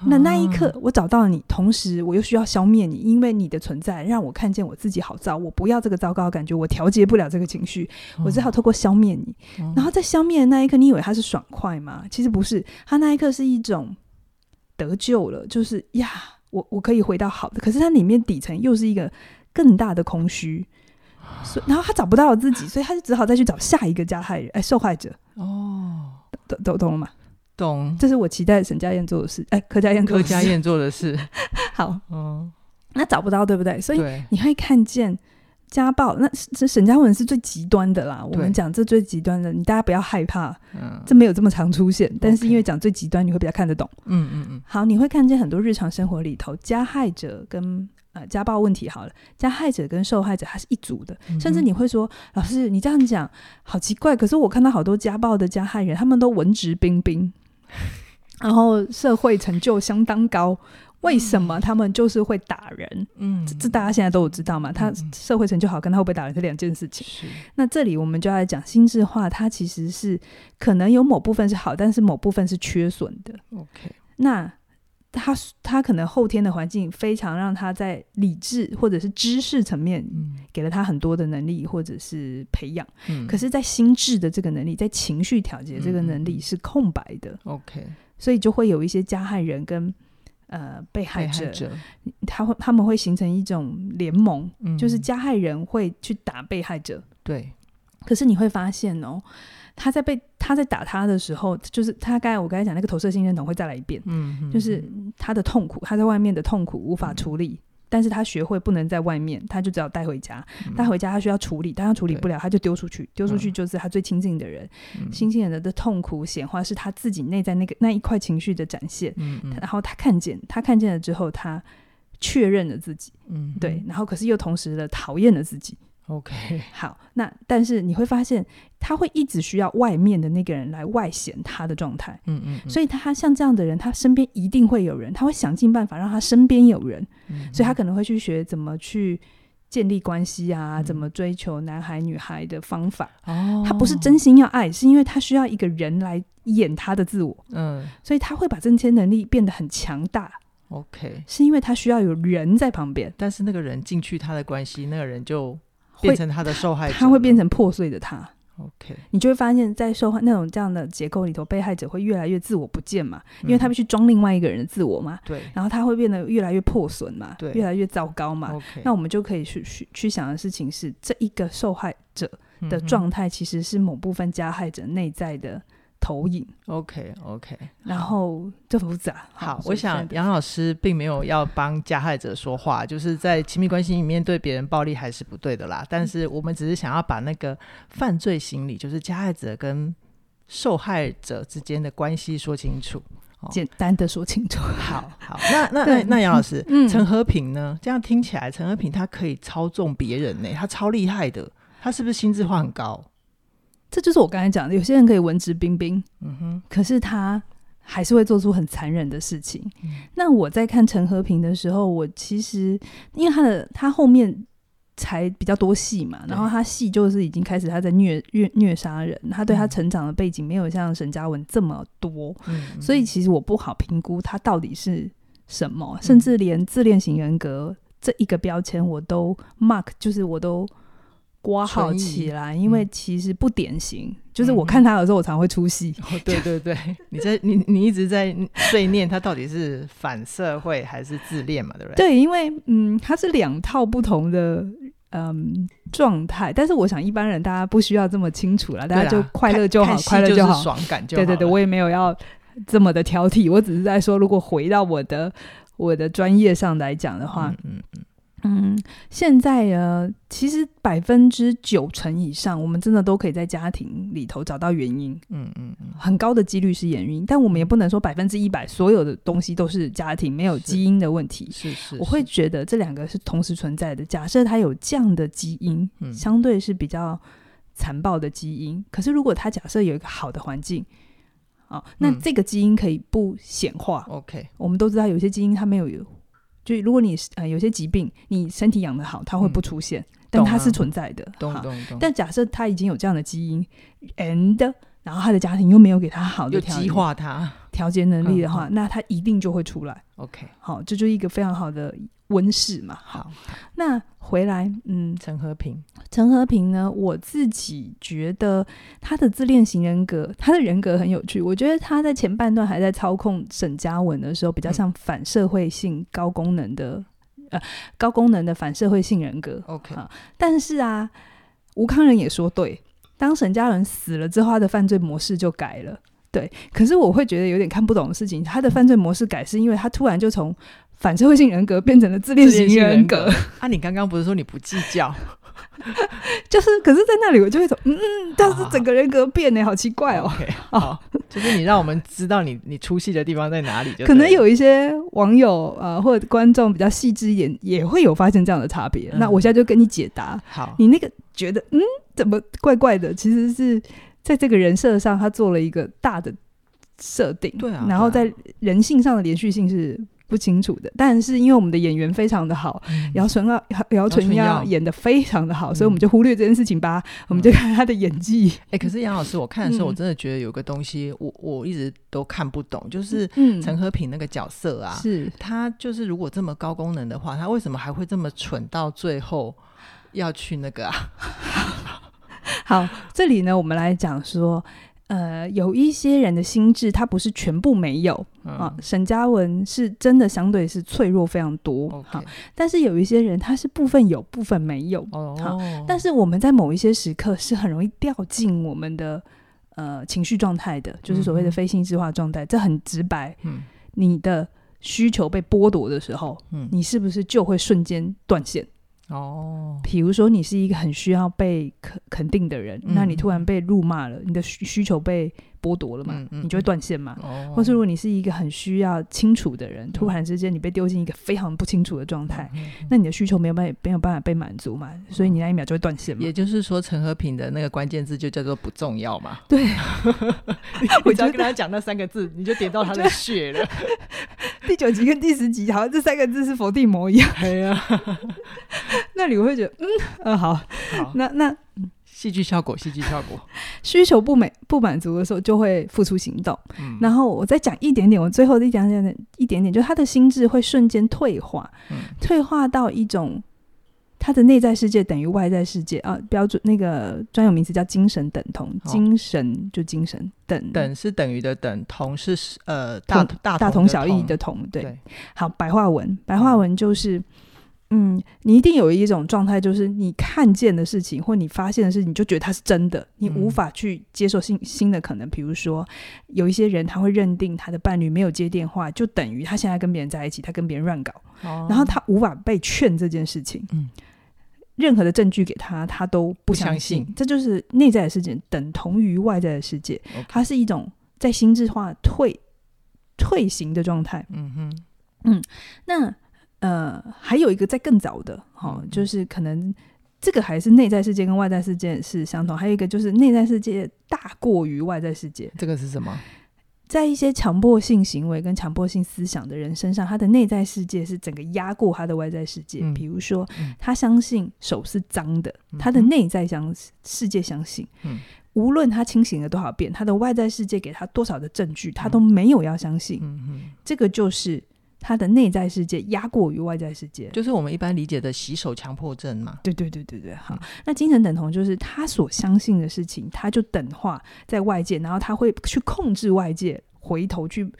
[SPEAKER 1] 嗯
[SPEAKER 2] 那那一刻
[SPEAKER 1] 啊，
[SPEAKER 2] 我找到了你，同时我又需要消灭你，因为你的存在让我看见我自己好糟，我不要这个糟糕的感觉，我调节不了这个情绪，我只好透过消灭你。
[SPEAKER 1] 嗯
[SPEAKER 2] 然后在消灭的那一刻，你以为他是爽快吗？其实不是，他那一刻是一种得救了，就是呀，我我可以回到好的。可是它里面底层又是一个更大的空虚，所以然后他找不到了自己，所以他就只好再去找下一个加害人，哎，受害者，
[SPEAKER 1] 哦，
[SPEAKER 2] 懂懂懂了吗？
[SPEAKER 1] 懂
[SPEAKER 2] 这是我期待沈佳燕做的事，哎，柯佳燕做
[SPEAKER 1] 柯
[SPEAKER 2] 的事
[SPEAKER 1] 佳燕做的
[SPEAKER 2] [LAUGHS]
[SPEAKER 1] 事，
[SPEAKER 2] 好。
[SPEAKER 1] 嗯，
[SPEAKER 2] 那找不到，对不对？所以
[SPEAKER 1] 对，
[SPEAKER 2] 你会看见家暴，那这沈嘉文是最极端的啦。我
[SPEAKER 1] 对
[SPEAKER 2] 们讲这最极端的，你大家不要害怕，
[SPEAKER 1] 嗯
[SPEAKER 2] 这没有这么常出现。但是
[SPEAKER 1] OK
[SPEAKER 2] 因为讲最极端，你会比较看得懂。
[SPEAKER 1] 嗯嗯嗯，
[SPEAKER 2] 好，你会看见很多日常生活里头，加害者跟呃家暴问题好了，加害者跟受害者他是一组的，
[SPEAKER 1] 嗯哼
[SPEAKER 2] 甚至你会说，老师你这样讲好奇怪，可是我看到好多家暴的加
[SPEAKER 1] [LAUGHS]
[SPEAKER 2] 害人，他们都文质彬彬，然后社会成就相当高，为什么他们就是会打人？
[SPEAKER 1] 嗯，
[SPEAKER 2] 这这大家现在都有知道嘛？他
[SPEAKER 1] 嗯嗯
[SPEAKER 2] 社会成就好跟他会不会打人是两件事情。
[SPEAKER 1] 是
[SPEAKER 2] 那这里我们就要来讲心智化，它其实是可能有某部分是好，但是某部分是缺损的。
[SPEAKER 1] OK，
[SPEAKER 2] 那他他可能后天的环境非常让他在理智或者是知识层面
[SPEAKER 1] 嗯
[SPEAKER 2] 给了他很多的能力或者是培养，
[SPEAKER 1] 嗯，
[SPEAKER 2] 可是，在心智的这个能力，在情绪调节这个能
[SPEAKER 1] 嗯嗯
[SPEAKER 2] 力
[SPEAKER 1] 嗯
[SPEAKER 2] 是空白的，
[SPEAKER 1] OK，
[SPEAKER 2] 所以就会有一些加害人跟呃被害
[SPEAKER 1] 被
[SPEAKER 2] 者，
[SPEAKER 1] 害者，
[SPEAKER 2] 他会他们会形成一种联盟，
[SPEAKER 1] 嗯
[SPEAKER 2] 就是加害人会去打被害者，
[SPEAKER 1] 对，
[SPEAKER 2] 可是你会发现哦，他在被他在打他的时候，就是他刚才我刚才讲那个投射性认同会再来一遍，
[SPEAKER 1] 嗯，
[SPEAKER 2] 就是他的痛苦，他在外面的痛苦无法处
[SPEAKER 1] 嗯
[SPEAKER 2] 理，但是他学会不能在外面，他就只好带回家，
[SPEAKER 1] 嗯
[SPEAKER 2] 带回家他需要处理，但他处理不了，他就丢出去，丢出去就是他最亲近的人，
[SPEAKER 1] 嗯
[SPEAKER 2] 亲近的人的痛苦显化是他自己内在那个那一块情绪的展现，
[SPEAKER 1] 嗯，嗯
[SPEAKER 2] 然后他看见，他看见了之后，他确认了自己，
[SPEAKER 1] 嗯，嗯
[SPEAKER 2] 对，然后可是又同时的讨厌了自己。
[SPEAKER 1] ，OK， [LAUGHS]
[SPEAKER 2] 好，那但是你会发现，他会一直需要外面的那个人来外显他的状态，
[SPEAKER 1] 嗯嗯嗯，
[SPEAKER 2] 所以他像这样的人，他身边一定会有人，他会想尽办法让他身边有人，
[SPEAKER 1] 嗯
[SPEAKER 2] 所以他
[SPEAKER 1] 嗯
[SPEAKER 2] 可能会去学怎么去建立关系啊，
[SPEAKER 1] 嗯
[SPEAKER 2] 怎么追求男孩女孩的方法。
[SPEAKER 1] 哦，
[SPEAKER 2] 他不是真心要爱，是因为他需要一个人来演他的自我，
[SPEAKER 1] 嗯
[SPEAKER 2] 所以他会把这些能力变得很强大，
[SPEAKER 1] OK，
[SPEAKER 2] 是因为他需要有人在旁边，
[SPEAKER 1] 但是那个人进去他的关系，那个人就
[SPEAKER 2] 会
[SPEAKER 1] 变成他的受害者了，
[SPEAKER 2] 他会变成破碎的他。
[SPEAKER 1] OK，
[SPEAKER 2] 你就会发现，在受害那种这样的结构里头，被害者会越来越自我不见嘛，因为
[SPEAKER 1] 嗯
[SPEAKER 2] 他必须装另外一个人的自我嘛，
[SPEAKER 1] 对
[SPEAKER 2] 然后他会变得越来越破损嘛，
[SPEAKER 1] 对
[SPEAKER 2] 越来越糟糕嘛。
[SPEAKER 1] OK，
[SPEAKER 2] 那我们就可以去去去想的事情是，这一个受害者
[SPEAKER 1] 嗯
[SPEAKER 2] 的
[SPEAKER 1] 哼
[SPEAKER 2] 状态其实是某部分加害者内在的投影，
[SPEAKER 1] OK OK，
[SPEAKER 2] 然后这很复杂。
[SPEAKER 1] 好，
[SPEAKER 2] 所
[SPEAKER 1] 我
[SPEAKER 2] 以现在
[SPEAKER 1] 想杨老师并没有要帮加害者说话，就是在亲密关系里面对别人暴力还是不对的啦。
[SPEAKER 2] 嗯
[SPEAKER 1] 但是我们只是想要把那个犯罪心理，就是加害者跟受害者之间的关系说清楚。
[SPEAKER 2] 简单的说清楚。 [LAUGHS]
[SPEAKER 1] 好，好，那那那
[SPEAKER 2] 对
[SPEAKER 1] 那杨老师，
[SPEAKER 2] 嗯
[SPEAKER 1] 陈和平呢？这样听起来，陈和平他可以操纵别人呢、他超厉害的，他是不是心智化很高？
[SPEAKER 2] 这就是我刚才讲的，有些人可以文质彬彬，
[SPEAKER 1] 嗯哼，
[SPEAKER 2] 可是他还是会做出很残忍的事情。
[SPEAKER 1] 嗯
[SPEAKER 2] 那我在看陈和平的时候，我其实因为他的他后面才比较多戏嘛，
[SPEAKER 1] 对
[SPEAKER 2] 然后他戏就是已经开始他在虐虐虐杀人，他对他
[SPEAKER 1] 嗯
[SPEAKER 2] 成长的背景没有像沈嘉文这么多，
[SPEAKER 1] 嗯
[SPEAKER 2] 所以其实我不好评估他到底是什
[SPEAKER 1] 嗯
[SPEAKER 2] 么，甚至连自恋型人格这一个标签我都 mark，就是我都。挂号
[SPEAKER 1] 存疑
[SPEAKER 2] 起来，因为
[SPEAKER 1] 嗯
[SPEAKER 2] 其实不典型。就是
[SPEAKER 1] 嗯
[SPEAKER 2] 我看他的时候，我常会出戏。
[SPEAKER 1] 哦，对对对， [LAUGHS] 你在你你一直在碎念他到底是反社会还是自恋嘛，对不对？
[SPEAKER 2] 对，因为嗯，它是两套不同的嗯状态，但是我想一般人大家不需要这么清楚了，大
[SPEAKER 1] 对
[SPEAKER 2] 家就
[SPEAKER 1] 啦
[SPEAKER 2] 快乐
[SPEAKER 1] 看
[SPEAKER 2] 就好
[SPEAKER 1] 看，戏
[SPEAKER 2] 快乐
[SPEAKER 1] 就是
[SPEAKER 2] 好。
[SPEAKER 1] 爽感就好
[SPEAKER 2] 对
[SPEAKER 1] 了。
[SPEAKER 2] 对对，我也没有要这么的挑剔，我只是在说，如果回到我的我的专业上来讲的话，
[SPEAKER 1] 嗯嗯嗯
[SPEAKER 2] 嗯，现在呃，其实百分之九成以上，我们真的都可以在家庭里头找到原因，
[SPEAKER 1] 嗯嗯嗯，
[SPEAKER 2] 很高的几率是原因，但我们也不能说百分之一百所有的东西都是家庭没有
[SPEAKER 1] 是
[SPEAKER 2] 基因的问题。
[SPEAKER 1] 是是，
[SPEAKER 2] 我会
[SPEAKER 1] 是
[SPEAKER 2] 觉得这两个是同时存在的。假设它有这样的基因，
[SPEAKER 1] 嗯
[SPEAKER 2] 相对是比较残暴的基因。可是如果它假设有一个好的环境，哦，那
[SPEAKER 1] 嗯哦
[SPEAKER 2] 这个基因可以不显化。
[SPEAKER 1] OK，
[SPEAKER 2] 我们都知道有些基因它没有有，就如果你呃有些疾病，你身体养得好，它会
[SPEAKER 1] 嗯
[SPEAKER 2] 不出现，但
[SPEAKER 1] 懂
[SPEAKER 2] 它是
[SPEAKER 1] 啊
[SPEAKER 2] 存在的。
[SPEAKER 1] 懂
[SPEAKER 2] 好
[SPEAKER 1] 懂懂，
[SPEAKER 2] 但假设他已经有这样的基因，and 然后他的家庭又没有给他好
[SPEAKER 1] 又
[SPEAKER 2] 的调
[SPEAKER 1] 激
[SPEAKER 2] 节
[SPEAKER 1] 化他。
[SPEAKER 2] 调节能力的话，
[SPEAKER 1] 嗯
[SPEAKER 2] 那他一定就会出来。
[SPEAKER 1] OK，
[SPEAKER 2] 好，这就是一个非常好的温室嘛。
[SPEAKER 1] 好，
[SPEAKER 2] 那回来，嗯，
[SPEAKER 1] 陈和平，
[SPEAKER 2] 陈和平呢，我自己觉得他的自恋型人格，他的人格很有趣。我觉得他在前半段还在操控沈嘉文的时候，比较像反社会性高功能的，呃，高功能的反社会性人格。
[SPEAKER 1] OK
[SPEAKER 2] 好但是啊，吴康仁也说对，当沈嘉文死了之后，他的犯罪模式就改了。对，可是我会觉得有点看不懂的事情，他的犯罪模式改是因为他突然就从反社会性人格变成了自恋型人格，
[SPEAKER 1] [LAUGHS] 啊，你刚刚不是说你不计较？
[SPEAKER 2] 就是，可是，在那里我就会说，嗯嗯，但是
[SPEAKER 1] 好
[SPEAKER 2] 整个人格变呢、好奇怪哦。
[SPEAKER 1] OK，好，就是你让我们知道你你出戏的地方在哪里就对了，
[SPEAKER 2] 可能有一些网友呃或者观众比较细致一点，也会有发现这样的差别。
[SPEAKER 1] 嗯
[SPEAKER 2] 那我现在就跟你解答，
[SPEAKER 1] 好，
[SPEAKER 2] 你那个觉得嗯怎么怪怪的，其实是在这个人设上他做了一个大的设定，
[SPEAKER 1] 对啊
[SPEAKER 2] 然后
[SPEAKER 1] 对
[SPEAKER 2] 在人性上的连续性是不清楚的。但是因为我们的演员非常的好，
[SPEAKER 1] 嗯
[SPEAKER 2] 姚纯耀嗯姚纯耀嗯演的非常的好，所以我们就忽略这件事情吧，我们就看他的演技。
[SPEAKER 1] 哎、可是杨老师，我看的时候，我
[SPEAKER 2] 嗯
[SPEAKER 1] 真的觉得有个东西我，我一直都看不懂，就是
[SPEAKER 2] 嗯
[SPEAKER 1] 陈和平那个角色啊，
[SPEAKER 2] 是
[SPEAKER 1] 他就是如果这么高功能的话，他为什么还会这么蠢到最后要去那个啊？
[SPEAKER 2] 好，这里呢，我们来讲说，呃，有一些人的心智，他不是全部没有
[SPEAKER 1] 嗯
[SPEAKER 2] 啊。沈嘉文是真的相对是脆弱非常多，
[SPEAKER 1] o k
[SPEAKER 2] 好，但是有一些人他是部分有，部分没有。好
[SPEAKER 1] 哦，
[SPEAKER 2] 但是我们在某一些时刻是很容易掉进我们的呃情绪状态的，就是所谓
[SPEAKER 1] 嗯
[SPEAKER 2] 的
[SPEAKER 1] 哼
[SPEAKER 2] 非心智化状态。这很直白，
[SPEAKER 1] 嗯
[SPEAKER 2] 你的需求被剥夺的时候，
[SPEAKER 1] 嗯
[SPEAKER 2] 你是不是就会瞬间断线？
[SPEAKER 1] 哦，
[SPEAKER 2] 比如说，你是一个很需要被肯肯定的人，
[SPEAKER 1] 嗯
[SPEAKER 2] 那你突然被辱骂了，你的需需求被剥夺了嘛，
[SPEAKER 1] 嗯嗯
[SPEAKER 2] 你就会断线嘛。
[SPEAKER 1] 哦
[SPEAKER 2] 或是如果你是一个很需要清楚的人，突然之间你被丢进一个非常不清楚的状态，
[SPEAKER 1] 嗯嗯
[SPEAKER 2] 那你的需求没有办没有办法被满足嘛，所以你那一秒就会断线嘛。
[SPEAKER 1] 嗯
[SPEAKER 2] [LAUGHS]
[SPEAKER 1] 也就是说，陈和平的那个关键字就叫做不重要嘛。
[SPEAKER 2] 对，
[SPEAKER 1] [LAUGHS] 我
[SPEAKER 2] 我
[SPEAKER 1] 只要跟
[SPEAKER 2] 觉
[SPEAKER 1] 他讲那三个字，你就点到他的血了。
[SPEAKER 2] 第九集跟第十集好像这三个字是否定魔一样，
[SPEAKER 1] [LAUGHS] 哎呀，
[SPEAKER 2] [LAUGHS] 那你会觉得嗯呃好，
[SPEAKER 1] 好，
[SPEAKER 2] 那那
[SPEAKER 1] 戏剧效果，戏剧效果。
[SPEAKER 2] 需求不满不满足的时候就会付出行动。
[SPEAKER 1] 嗯，
[SPEAKER 2] 然后我再讲一点点，我最后再讲一点点一点点，就是他的心智会瞬间退化，
[SPEAKER 1] 嗯
[SPEAKER 2] 退化到一种他的内在世界等于外在世界啊，标准那个专有名词叫精神等同，
[SPEAKER 1] 好
[SPEAKER 2] 精神就精神等
[SPEAKER 1] 等是等于的等，同是呃大
[SPEAKER 2] 同
[SPEAKER 1] 大
[SPEAKER 2] 大
[SPEAKER 1] 同
[SPEAKER 2] 同小异的同，对，
[SPEAKER 1] 对，
[SPEAKER 2] 好白话文，白话文就是。嗯，你一定有一种状态，就是你看见的事情或你发现的事情，你就觉得它是真的，你无
[SPEAKER 1] 嗯
[SPEAKER 2] 法去接受新新的可能。比如说，有一些人他会认定他的伴侣没有接电话，就等于他现在跟别人在一起，他跟别人乱搞，
[SPEAKER 1] 然
[SPEAKER 2] 然后他无法被劝这件事情。
[SPEAKER 1] 嗯，
[SPEAKER 2] 任何的证据给他，他都不
[SPEAKER 1] 不
[SPEAKER 2] 相
[SPEAKER 1] 相
[SPEAKER 2] 信。
[SPEAKER 1] 信
[SPEAKER 2] 这就是内在的世界等同于外在的世界，它是一种在心智化退退行的状态。
[SPEAKER 1] 嗯哼，
[SPEAKER 2] 那呃，还有一个在更早的，哦，
[SPEAKER 1] 嗯
[SPEAKER 2] 就是可能这个还是内在世界跟外在世界是相同，还有一个就是内在世界大过于外在世界，
[SPEAKER 1] 这个是什么？
[SPEAKER 2] 在一些强迫性行为跟强迫性思想的人身上，他的内在世界是整个压过他的外在世界。
[SPEAKER 1] 嗯
[SPEAKER 2] 比如说
[SPEAKER 1] 嗯，
[SPEAKER 2] 他相信手是脏的，
[SPEAKER 1] 嗯
[SPEAKER 2] 他的内在相世界相信，
[SPEAKER 1] 嗯
[SPEAKER 2] 无论他清醒了多少遍，他的外在世界给他多少的证据，他都没有要相信。
[SPEAKER 1] 嗯哼，
[SPEAKER 2] 这个就是他的内在世界压过于外在世界。
[SPEAKER 1] 就是我们一般理解的洗手强迫症嘛。
[SPEAKER 2] 对对对对对，好
[SPEAKER 1] 嗯。
[SPEAKER 2] 那精神等同就是他所相信的事情，他就等化在外界，然后他会去控制外界，回头去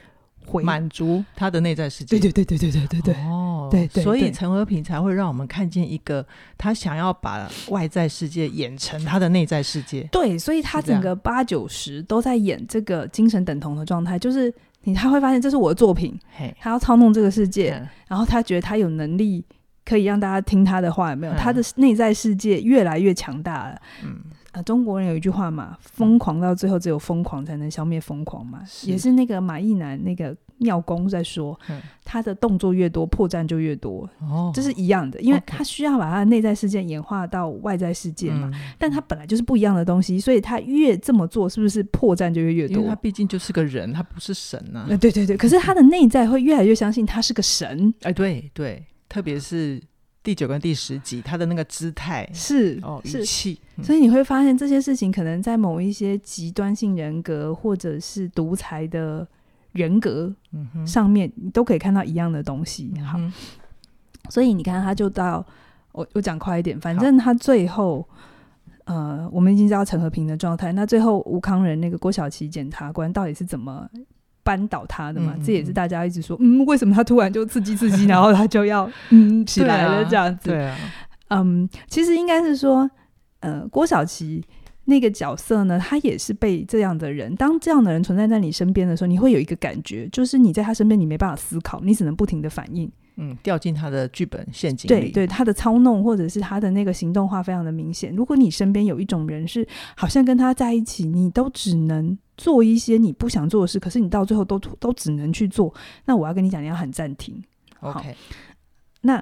[SPEAKER 2] 回。
[SPEAKER 1] 满足他的内在世界。
[SPEAKER 2] 对对对对对对对对，
[SPEAKER 1] 哦，
[SPEAKER 2] 对对
[SPEAKER 1] 所以
[SPEAKER 2] 对
[SPEAKER 1] 陈和平才会让我们看见一个他想要把外在世界演成他的内在世界。
[SPEAKER 2] 对，所以他
[SPEAKER 1] 是这样
[SPEAKER 2] 整个八九十都在演这个精神等同的状态，就是你他会发现这是我的作品，
[SPEAKER 1] 嘿，
[SPEAKER 2] 他要操弄这个世界，
[SPEAKER 1] 嗯
[SPEAKER 2] 然后他觉得他有能力可以让大家听他的话，有没有？
[SPEAKER 1] 嗯
[SPEAKER 2] 他的内在世界越来越强大了。
[SPEAKER 1] 嗯，
[SPEAKER 2] 啊，中国人有一句话嘛，疯狂到最后只有疯狂才能消灭疯狂嘛，
[SPEAKER 1] 是
[SPEAKER 2] 也是那个马一男那个妙公在说，
[SPEAKER 1] 嗯
[SPEAKER 2] 他的动作越多，破绽就越多，
[SPEAKER 1] 哦，
[SPEAKER 2] 这是一样的，因为
[SPEAKER 1] OK
[SPEAKER 2] 他需要把他的内在世界演化到外在世界嘛。
[SPEAKER 1] 嗯，
[SPEAKER 2] 但他本来就是不一样的东西，所以他越这么做，是不是破绽就越越
[SPEAKER 1] 因为他嗯
[SPEAKER 2] 多？
[SPEAKER 1] 毕竟就是个人，他不是神啊呐、
[SPEAKER 2] 呃，对对对，可是他的内在会越来越相信他是个神，
[SPEAKER 1] 哎，对对，特别是第九跟第十集，他的那个姿态
[SPEAKER 2] 是
[SPEAKER 1] 哦，语
[SPEAKER 2] 是
[SPEAKER 1] 气，嗯
[SPEAKER 2] 所以你会发现这些事情可能在某一些极端性人格或者是独裁的人格
[SPEAKER 1] 嗯哼，
[SPEAKER 2] 上面，你都可以看到一样的东西。
[SPEAKER 1] 嗯
[SPEAKER 2] 好，
[SPEAKER 1] 哼
[SPEAKER 2] 所以你看他就到我我讲快一点，反正他最后。呃，我们已经知道陈和平的状态，那最后吴康仁那个郭晓琪检察官到底是怎么扳倒他的嘛？
[SPEAKER 1] 嗯嗯
[SPEAKER 2] 这也
[SPEAKER 1] 嗯
[SPEAKER 2] 是大家一直说，嗯，为什么他突然就刺激刺激，然后他就要嗯起
[SPEAKER 1] 对
[SPEAKER 2] 来了、
[SPEAKER 1] 啊
[SPEAKER 2] 这样子？
[SPEAKER 1] 对啊，
[SPEAKER 2] 嗯，其实应该是说，呃，郭晓琪那个角色呢，他也是被这样的人，当这样的人存在在你身边的时候，你会有一个感觉，就是你在他身边，你没办法思考，你只能不停的反应。
[SPEAKER 1] 嗯，掉进他的剧本陷阱
[SPEAKER 2] 对
[SPEAKER 1] 里，
[SPEAKER 2] 对，他的操弄或者是他的那个行动化非常的明显。如果你身边有一种人是好像跟他在一起，你都只能做一些你不想做的事，可是你到最后都都只能去做，那我要跟你讲，你要喊暂停。
[SPEAKER 1] ，OK，
[SPEAKER 2] 那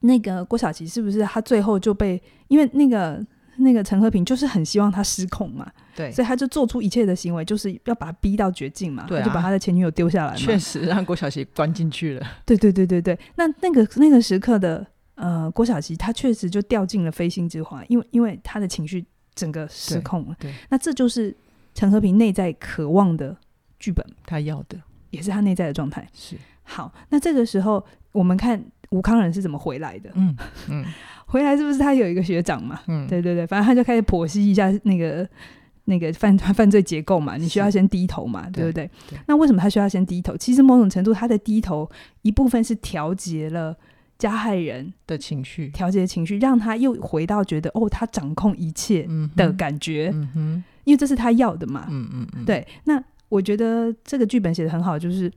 [SPEAKER 2] 那个郭晓琪是不是她最后就被因为那个那个陈和平就是很希望他失控嘛，
[SPEAKER 1] 对，
[SPEAKER 2] 所以他就做出一切的行为，就是要把他逼到绝境嘛，
[SPEAKER 1] 对啊
[SPEAKER 2] 他就把他的前女友丢下来嘛
[SPEAKER 1] 确。实让郭晓琪关进去了。
[SPEAKER 2] 对对对对对，那那个那个时刻的呃郭晓琪，她确实就掉进了飞星之花，因为因为她的情绪整个失控了。
[SPEAKER 1] 对对
[SPEAKER 2] 那这就是陈和平内在渴望的剧本，
[SPEAKER 1] 他要的
[SPEAKER 2] 也是他内在的状态。
[SPEAKER 1] 是，
[SPEAKER 2] 好，那这个时候我们看吴康仁是怎么回来的？
[SPEAKER 1] 嗯嗯
[SPEAKER 2] 回来是不是他有一个学长嘛？
[SPEAKER 1] 嗯，
[SPEAKER 2] 对对对，反正他就开始剖析一下那个那个犯 [LAUGHS] 犯罪结构嘛，你需要
[SPEAKER 1] 是
[SPEAKER 2] 先低头嘛，对不对
[SPEAKER 1] 对
[SPEAKER 2] 那为什么他需要先低头？其实某种程度，他的低头一部分是调节了。加害人
[SPEAKER 1] 的情绪
[SPEAKER 2] 调节情绪，让他又回到觉得哦，他掌控一切
[SPEAKER 1] 嗯哼
[SPEAKER 2] 的感觉，
[SPEAKER 1] 嗯哼，
[SPEAKER 2] 因为这是他要的嘛。
[SPEAKER 1] 嗯嗯嗯，
[SPEAKER 2] 对，那我觉得这个剧本写的很好，就是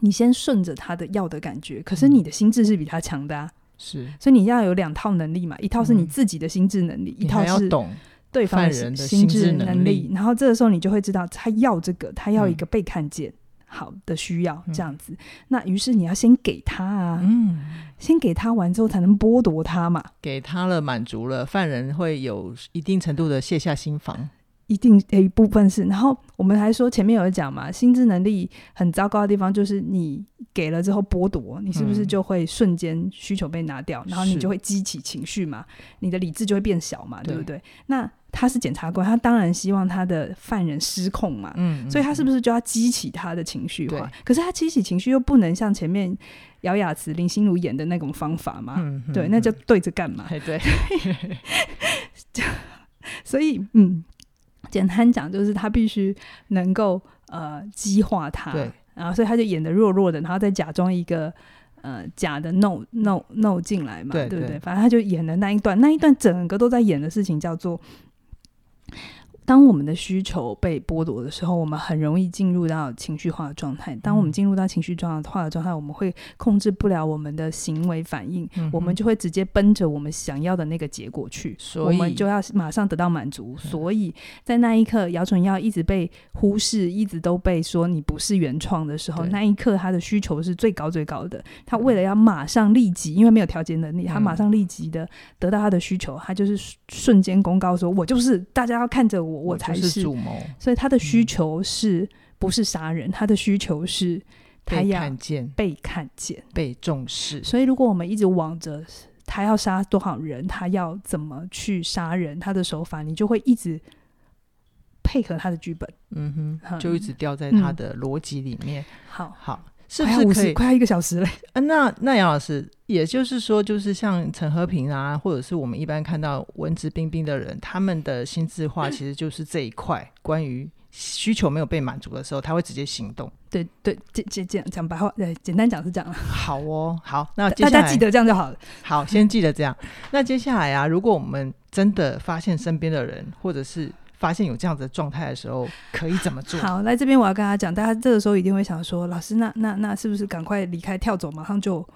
[SPEAKER 2] 你先顺着他的要的感觉，可是
[SPEAKER 1] 嗯
[SPEAKER 2] 你的心智是比他强的、啊，
[SPEAKER 1] 是，
[SPEAKER 2] 所以你要有两套能力嘛，一套是你
[SPEAKER 1] 嗯
[SPEAKER 2] 自己的心智能力，一
[SPEAKER 1] 你
[SPEAKER 2] 套
[SPEAKER 1] 还要
[SPEAKER 2] 是
[SPEAKER 1] 懂，
[SPEAKER 2] 对方
[SPEAKER 1] 犯
[SPEAKER 2] 心
[SPEAKER 1] 人的
[SPEAKER 2] 心
[SPEAKER 1] 心
[SPEAKER 2] 智
[SPEAKER 1] 智
[SPEAKER 2] 能
[SPEAKER 1] 能力
[SPEAKER 2] 然后这个时候你就会知道他要这个，他要一
[SPEAKER 1] 嗯
[SPEAKER 2] 个被看见。好的需要
[SPEAKER 1] 嗯
[SPEAKER 2] 这样子，那于是你要先给他啊，
[SPEAKER 1] 嗯，
[SPEAKER 2] 先给他完之后才能剥夺他嘛，
[SPEAKER 1] 给他了满足了，犯人会有一定程度的卸下心防，
[SPEAKER 2] 一定有一部分是。然后我们还说前面有讲嘛，心智能力很糟糕的地方就是你给了之后剥夺，你是不是
[SPEAKER 1] 嗯
[SPEAKER 2] 就会瞬间需求被拿掉，然后你
[SPEAKER 1] 是
[SPEAKER 2] 就会激起情绪嘛，你的理智就会变小嘛，对不
[SPEAKER 1] 对
[SPEAKER 2] 对？那他是检察官，他当然希望他的犯人失控嘛，
[SPEAKER 1] 嗯，
[SPEAKER 2] 啊所以他是
[SPEAKER 1] 不
[SPEAKER 2] 不是就要激起他的情绪化
[SPEAKER 1] 对？
[SPEAKER 2] 可是他激起情绪又不能像前面姚雅慈、林心如演的那种方法嘛？
[SPEAKER 1] 嗯嗯
[SPEAKER 2] 对，那就
[SPEAKER 1] 嗯
[SPEAKER 2] 对着干嘛？
[SPEAKER 1] 哎对，
[SPEAKER 2] 所以，嗯，简单讲就是他必须能够呃激化他，
[SPEAKER 1] 对，
[SPEAKER 2] 然啊后所以他就演的弱弱的，然后再假装一个。呃，假的 no no no 进来嘛，
[SPEAKER 1] 对
[SPEAKER 2] 对不对？
[SPEAKER 1] 对
[SPEAKER 2] 反正他就演的那一段，那一段整个都在演的事情叫做，当我们的需求被剥夺的时候，我们很容易进入到情绪化的状态。当我们
[SPEAKER 1] 嗯
[SPEAKER 2] 进入到情绪状化的状态，我们会控制不了我们的行为反应，
[SPEAKER 1] 嗯
[SPEAKER 2] 我们
[SPEAKER 1] 哼
[SPEAKER 2] 就会直接奔着我们想要的那个结果去，
[SPEAKER 1] 所
[SPEAKER 2] 我们
[SPEAKER 1] 以
[SPEAKER 2] 就要马上得到满足。
[SPEAKER 1] 嗯
[SPEAKER 2] 所以在那一刻，姚纯耀一直被忽视，一直都被说你不是原创的时候，
[SPEAKER 1] 对
[SPEAKER 2] 那一刻他的需求是最高最高的。他为了要马上立即，因为没有调节能
[SPEAKER 1] 嗯
[SPEAKER 2] 力，他马上立即的得到他的需求，他就是瞬瞬间公告说：“我就是大家要看着我，
[SPEAKER 1] 我
[SPEAKER 2] 才。
[SPEAKER 1] 就是主嗯谋，
[SPEAKER 2] 所以他的需求是、不是杀人？他的需求是他
[SPEAKER 1] 被
[SPEAKER 2] 要
[SPEAKER 1] 看见，
[SPEAKER 2] 被看见。
[SPEAKER 1] 被重视，
[SPEAKER 2] 所以，如果我们一直往着他要杀多少人，他要怎么去杀人，他的手法，你就会一直配合他的剧本。
[SPEAKER 1] 嗯
[SPEAKER 2] 嗯
[SPEAKER 1] 哼，就一直掉在他
[SPEAKER 2] 嗯
[SPEAKER 1] 的逻辑里面。
[SPEAKER 2] 好，
[SPEAKER 1] 好，是不
[SPEAKER 2] 快要
[SPEAKER 1] 是
[SPEAKER 2] 五
[SPEAKER 1] 可
[SPEAKER 2] 十，
[SPEAKER 1] 以？
[SPEAKER 2] 快要一个小时了。
[SPEAKER 1] 啊、那那杨老师，也就是说，就是像陈和平啊，或者是我们一般看到文质彬彬的人，他们的心智化其实就是这一块，关于需求没有被满足的时候，他会直接行动。
[SPEAKER 2] 对对，简简简讲白话，对，简单讲是这 [LAUGHS] 样了。
[SPEAKER 1] 好哦，好，那接
[SPEAKER 2] 大
[SPEAKER 1] 下
[SPEAKER 2] 家
[SPEAKER 1] 来
[SPEAKER 2] 记得这样就好了。
[SPEAKER 1] 好，先记得这样。那接下来啊，如果我们真的发现身边的人，或者是发现有这样子的状态的时候，可以怎么做？
[SPEAKER 2] 好，来这边我要跟他讲，大家这个时候一定会想说，老师，那那那是不是赶快离开，跳走，马上就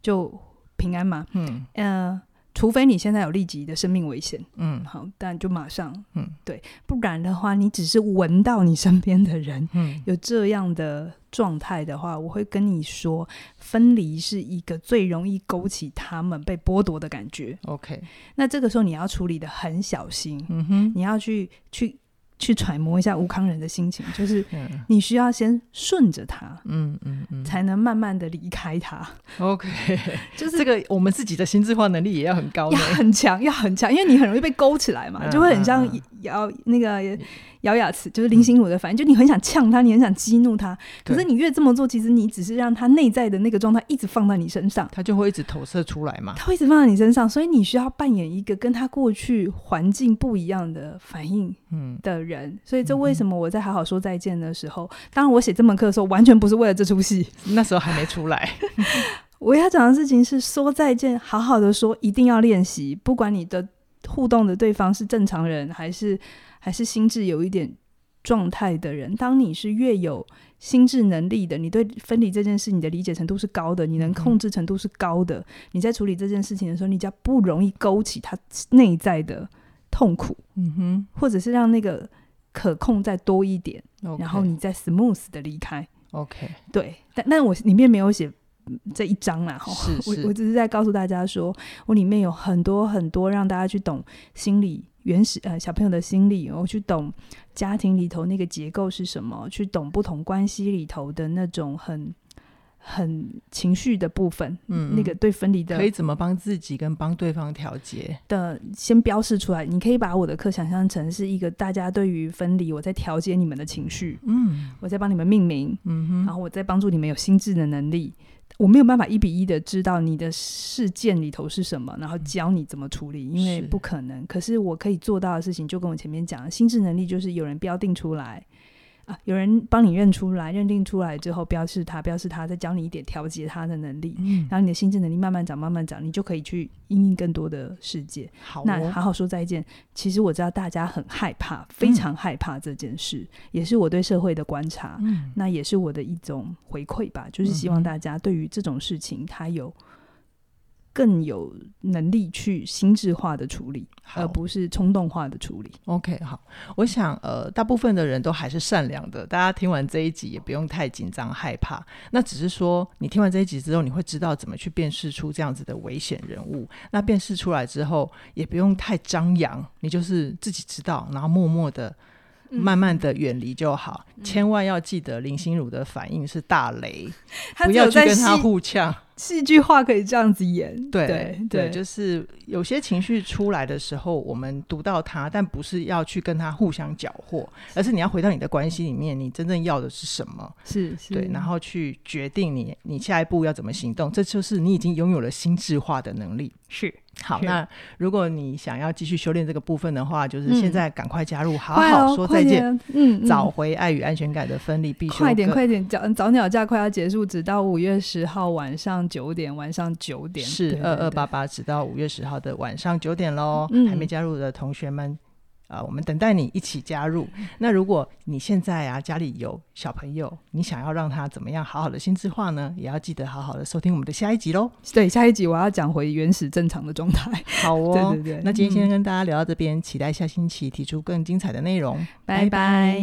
[SPEAKER 2] 就平安嘛？
[SPEAKER 1] 嗯
[SPEAKER 2] 嗯、除非你现在有立即的生命危险，
[SPEAKER 1] 嗯
[SPEAKER 2] 好，但就马上，嗯
[SPEAKER 1] 嗯，
[SPEAKER 2] 对，不然的话，你只是闻到你身边的人。
[SPEAKER 1] 嗯，
[SPEAKER 2] 有这样的状态的话，我会跟你说，分离是一个最容易勾起他们被剥夺的感觉。
[SPEAKER 1] OK，
[SPEAKER 2] 那这个时候你要处理的很小心，
[SPEAKER 1] 嗯哼，
[SPEAKER 2] 你要去去去揣摩一下吴康仁的心情，就是
[SPEAKER 1] 嗯
[SPEAKER 2] 你需要先顺着他，
[SPEAKER 1] 嗯嗯嗯
[SPEAKER 2] 才能慢慢的离开他， [LAUGHS]
[SPEAKER 1] ，OK， [LAUGHS]
[SPEAKER 2] 就是
[SPEAKER 1] 这个我们自己的心智化能力也要很高
[SPEAKER 2] 要
[SPEAKER 1] 呢。
[SPEAKER 2] 很强，要很强，因为你很容易被勾起来嘛，
[SPEAKER 1] 嗯
[SPEAKER 2] 就会很像
[SPEAKER 1] 嗯嗯嗯
[SPEAKER 2] 姚那个姚雅慈，就是林心如的反应，就你很想呛他，你很想激怒他，可
[SPEAKER 1] 对
[SPEAKER 2] 是你越这么做，其实你只是让他内在的那个状态一直放在你身上，
[SPEAKER 1] 它就会一直投射出来嘛。
[SPEAKER 2] 他会一直放在你身上，所以你需要扮演一个跟他过去环境不一样的反应
[SPEAKER 1] 嗯，
[SPEAKER 2] 的人，所以这为什么我在好好说再见的时候，当然我写这门课的时候，完全不是为了这出戏，
[SPEAKER 1] 那时候还没出
[SPEAKER 2] [LAUGHS]
[SPEAKER 1] 来。
[SPEAKER 2] 我要讲的事情是说再见，好好的说，一定要练习。不管你的互动的对方是正常人，还是还是心智有一点状态的人，当你是越有心智能力的，你对分离这件事你的理解程度是高的，你能控制程度是高的，你在处理这件事情的时候，你将不容易勾起他内在的痛苦，
[SPEAKER 1] 嗯
[SPEAKER 2] 或者是让那个可控再多一点，
[SPEAKER 1] 嗯哼，
[SPEAKER 2] 然后你再 smooth 的离开。
[SPEAKER 1] OK，
[SPEAKER 2] 对，但但我里面没有写这一章啦，哈。
[SPEAKER 1] 是
[SPEAKER 2] 哦我
[SPEAKER 1] 是嗯
[SPEAKER 2] 我只是在告诉大家说，我里面有很多很多让大家去懂心理原始呃小朋友的心理，我去懂家庭里头那个结构是什么，去懂不同关系里头的那种很很情绪的部分，
[SPEAKER 1] 嗯
[SPEAKER 2] 那个对分离
[SPEAKER 1] 可以
[SPEAKER 2] 的
[SPEAKER 1] 怎么帮自己跟帮对方调节？
[SPEAKER 2] 的先标示出来。你可以把我的课想象成是一个大家对于分离，我在调节你们的情绪，
[SPEAKER 1] 嗯
[SPEAKER 2] 我在帮你们命名，
[SPEAKER 1] 嗯
[SPEAKER 2] 然
[SPEAKER 1] 哼，
[SPEAKER 2] 后我再帮助你们有心智的能力。我没有办法一比一的知道你的事件里头是什么，然后教你怎么处理，因
[SPEAKER 1] 嗯
[SPEAKER 2] 为
[SPEAKER 1] 是
[SPEAKER 2] 不可能。可是我可以做到的事情，就跟我前面讲的，心智能力就是有人标定出来啊，有人帮你认出来，认定出来之后标示它，标示它，再教你一点调节它的能力，
[SPEAKER 1] 嗯，
[SPEAKER 2] 然后你的心智能力慢慢长，慢慢长，你就可以去应应更多的世界。
[SPEAKER 1] 好、哦，
[SPEAKER 2] 那好好说再见。其实我知道大家很害怕，
[SPEAKER 1] 嗯
[SPEAKER 2] 非常害怕这件事，也是我对社会的观察。
[SPEAKER 1] 嗯
[SPEAKER 2] 那也是我的一种回馈吧，就是希望大家对于这种事情，他有更有能力去心智化的处理，
[SPEAKER 1] 好
[SPEAKER 2] 而呃不是冲动化的处理。
[SPEAKER 1] OK，好，我想呃，大部分的人都还是善良的，大家听完这一集也不用太紧张害怕。那只是说，你听完这一集之后，你会知道怎么去辨识出这样子的危险人物。那辨识出来之后，也不用太张扬，你就是自己知道，然后默默的、嗯
[SPEAKER 2] 嗯
[SPEAKER 1] 慢慢的远离就好。千万要记得，林心如的反应是大雷，
[SPEAKER 2] 他
[SPEAKER 1] 不
[SPEAKER 2] 只
[SPEAKER 1] 要
[SPEAKER 2] 有
[SPEAKER 1] 去
[SPEAKER 2] 在
[SPEAKER 1] 跟他
[SPEAKER 2] 戏
[SPEAKER 1] 互呛。
[SPEAKER 2] 戏剧化可以这样子演，
[SPEAKER 1] 对
[SPEAKER 2] 对
[SPEAKER 1] 就是有些情绪出来的时候，我们读到它，但不是要去跟它互相搅和，而是你要回到你的关系里面，你真正要的是什么？
[SPEAKER 2] 是是，
[SPEAKER 1] 对，然后去决定你你下一步要怎么行动，这就是你已经拥有了心智化的能力。
[SPEAKER 2] 是
[SPEAKER 1] 好，
[SPEAKER 2] 是
[SPEAKER 1] 那如果你想要继续修炼这个部分的话，就是
[SPEAKER 2] 嗯
[SPEAKER 1] 现在赶快加入，好
[SPEAKER 2] 快
[SPEAKER 1] 好
[SPEAKER 2] 哦
[SPEAKER 1] 说
[SPEAKER 2] 快
[SPEAKER 1] 再见，
[SPEAKER 2] 点嗯，嗯
[SPEAKER 1] 找回爱与安全感的分离必修课。
[SPEAKER 2] 快点，快点！早早鸟价快要结束，只到五月十号晚上九点，晚上九点
[SPEAKER 1] 是
[SPEAKER 2] 对
[SPEAKER 1] 二
[SPEAKER 2] 对
[SPEAKER 1] 二
[SPEAKER 2] 对
[SPEAKER 1] 八八，直到五月十号的晚上九点喽。
[SPEAKER 2] 嗯
[SPEAKER 1] 还没加入的同学们，啊、我们等待你一起加入。那如果你现在啊家里有小朋友，你想要让他怎么样好好的心智化呢？也要记得好好的收听我们的下一集喽。
[SPEAKER 2] 对，下一集我要讲回原始正常的状态。 [LAUGHS]
[SPEAKER 1] 好哦，
[SPEAKER 2] 对对对，
[SPEAKER 1] 那今天先
[SPEAKER 2] 嗯
[SPEAKER 1] 跟大家聊到这边，期待下星期提出更精彩的内容。
[SPEAKER 2] 拜拜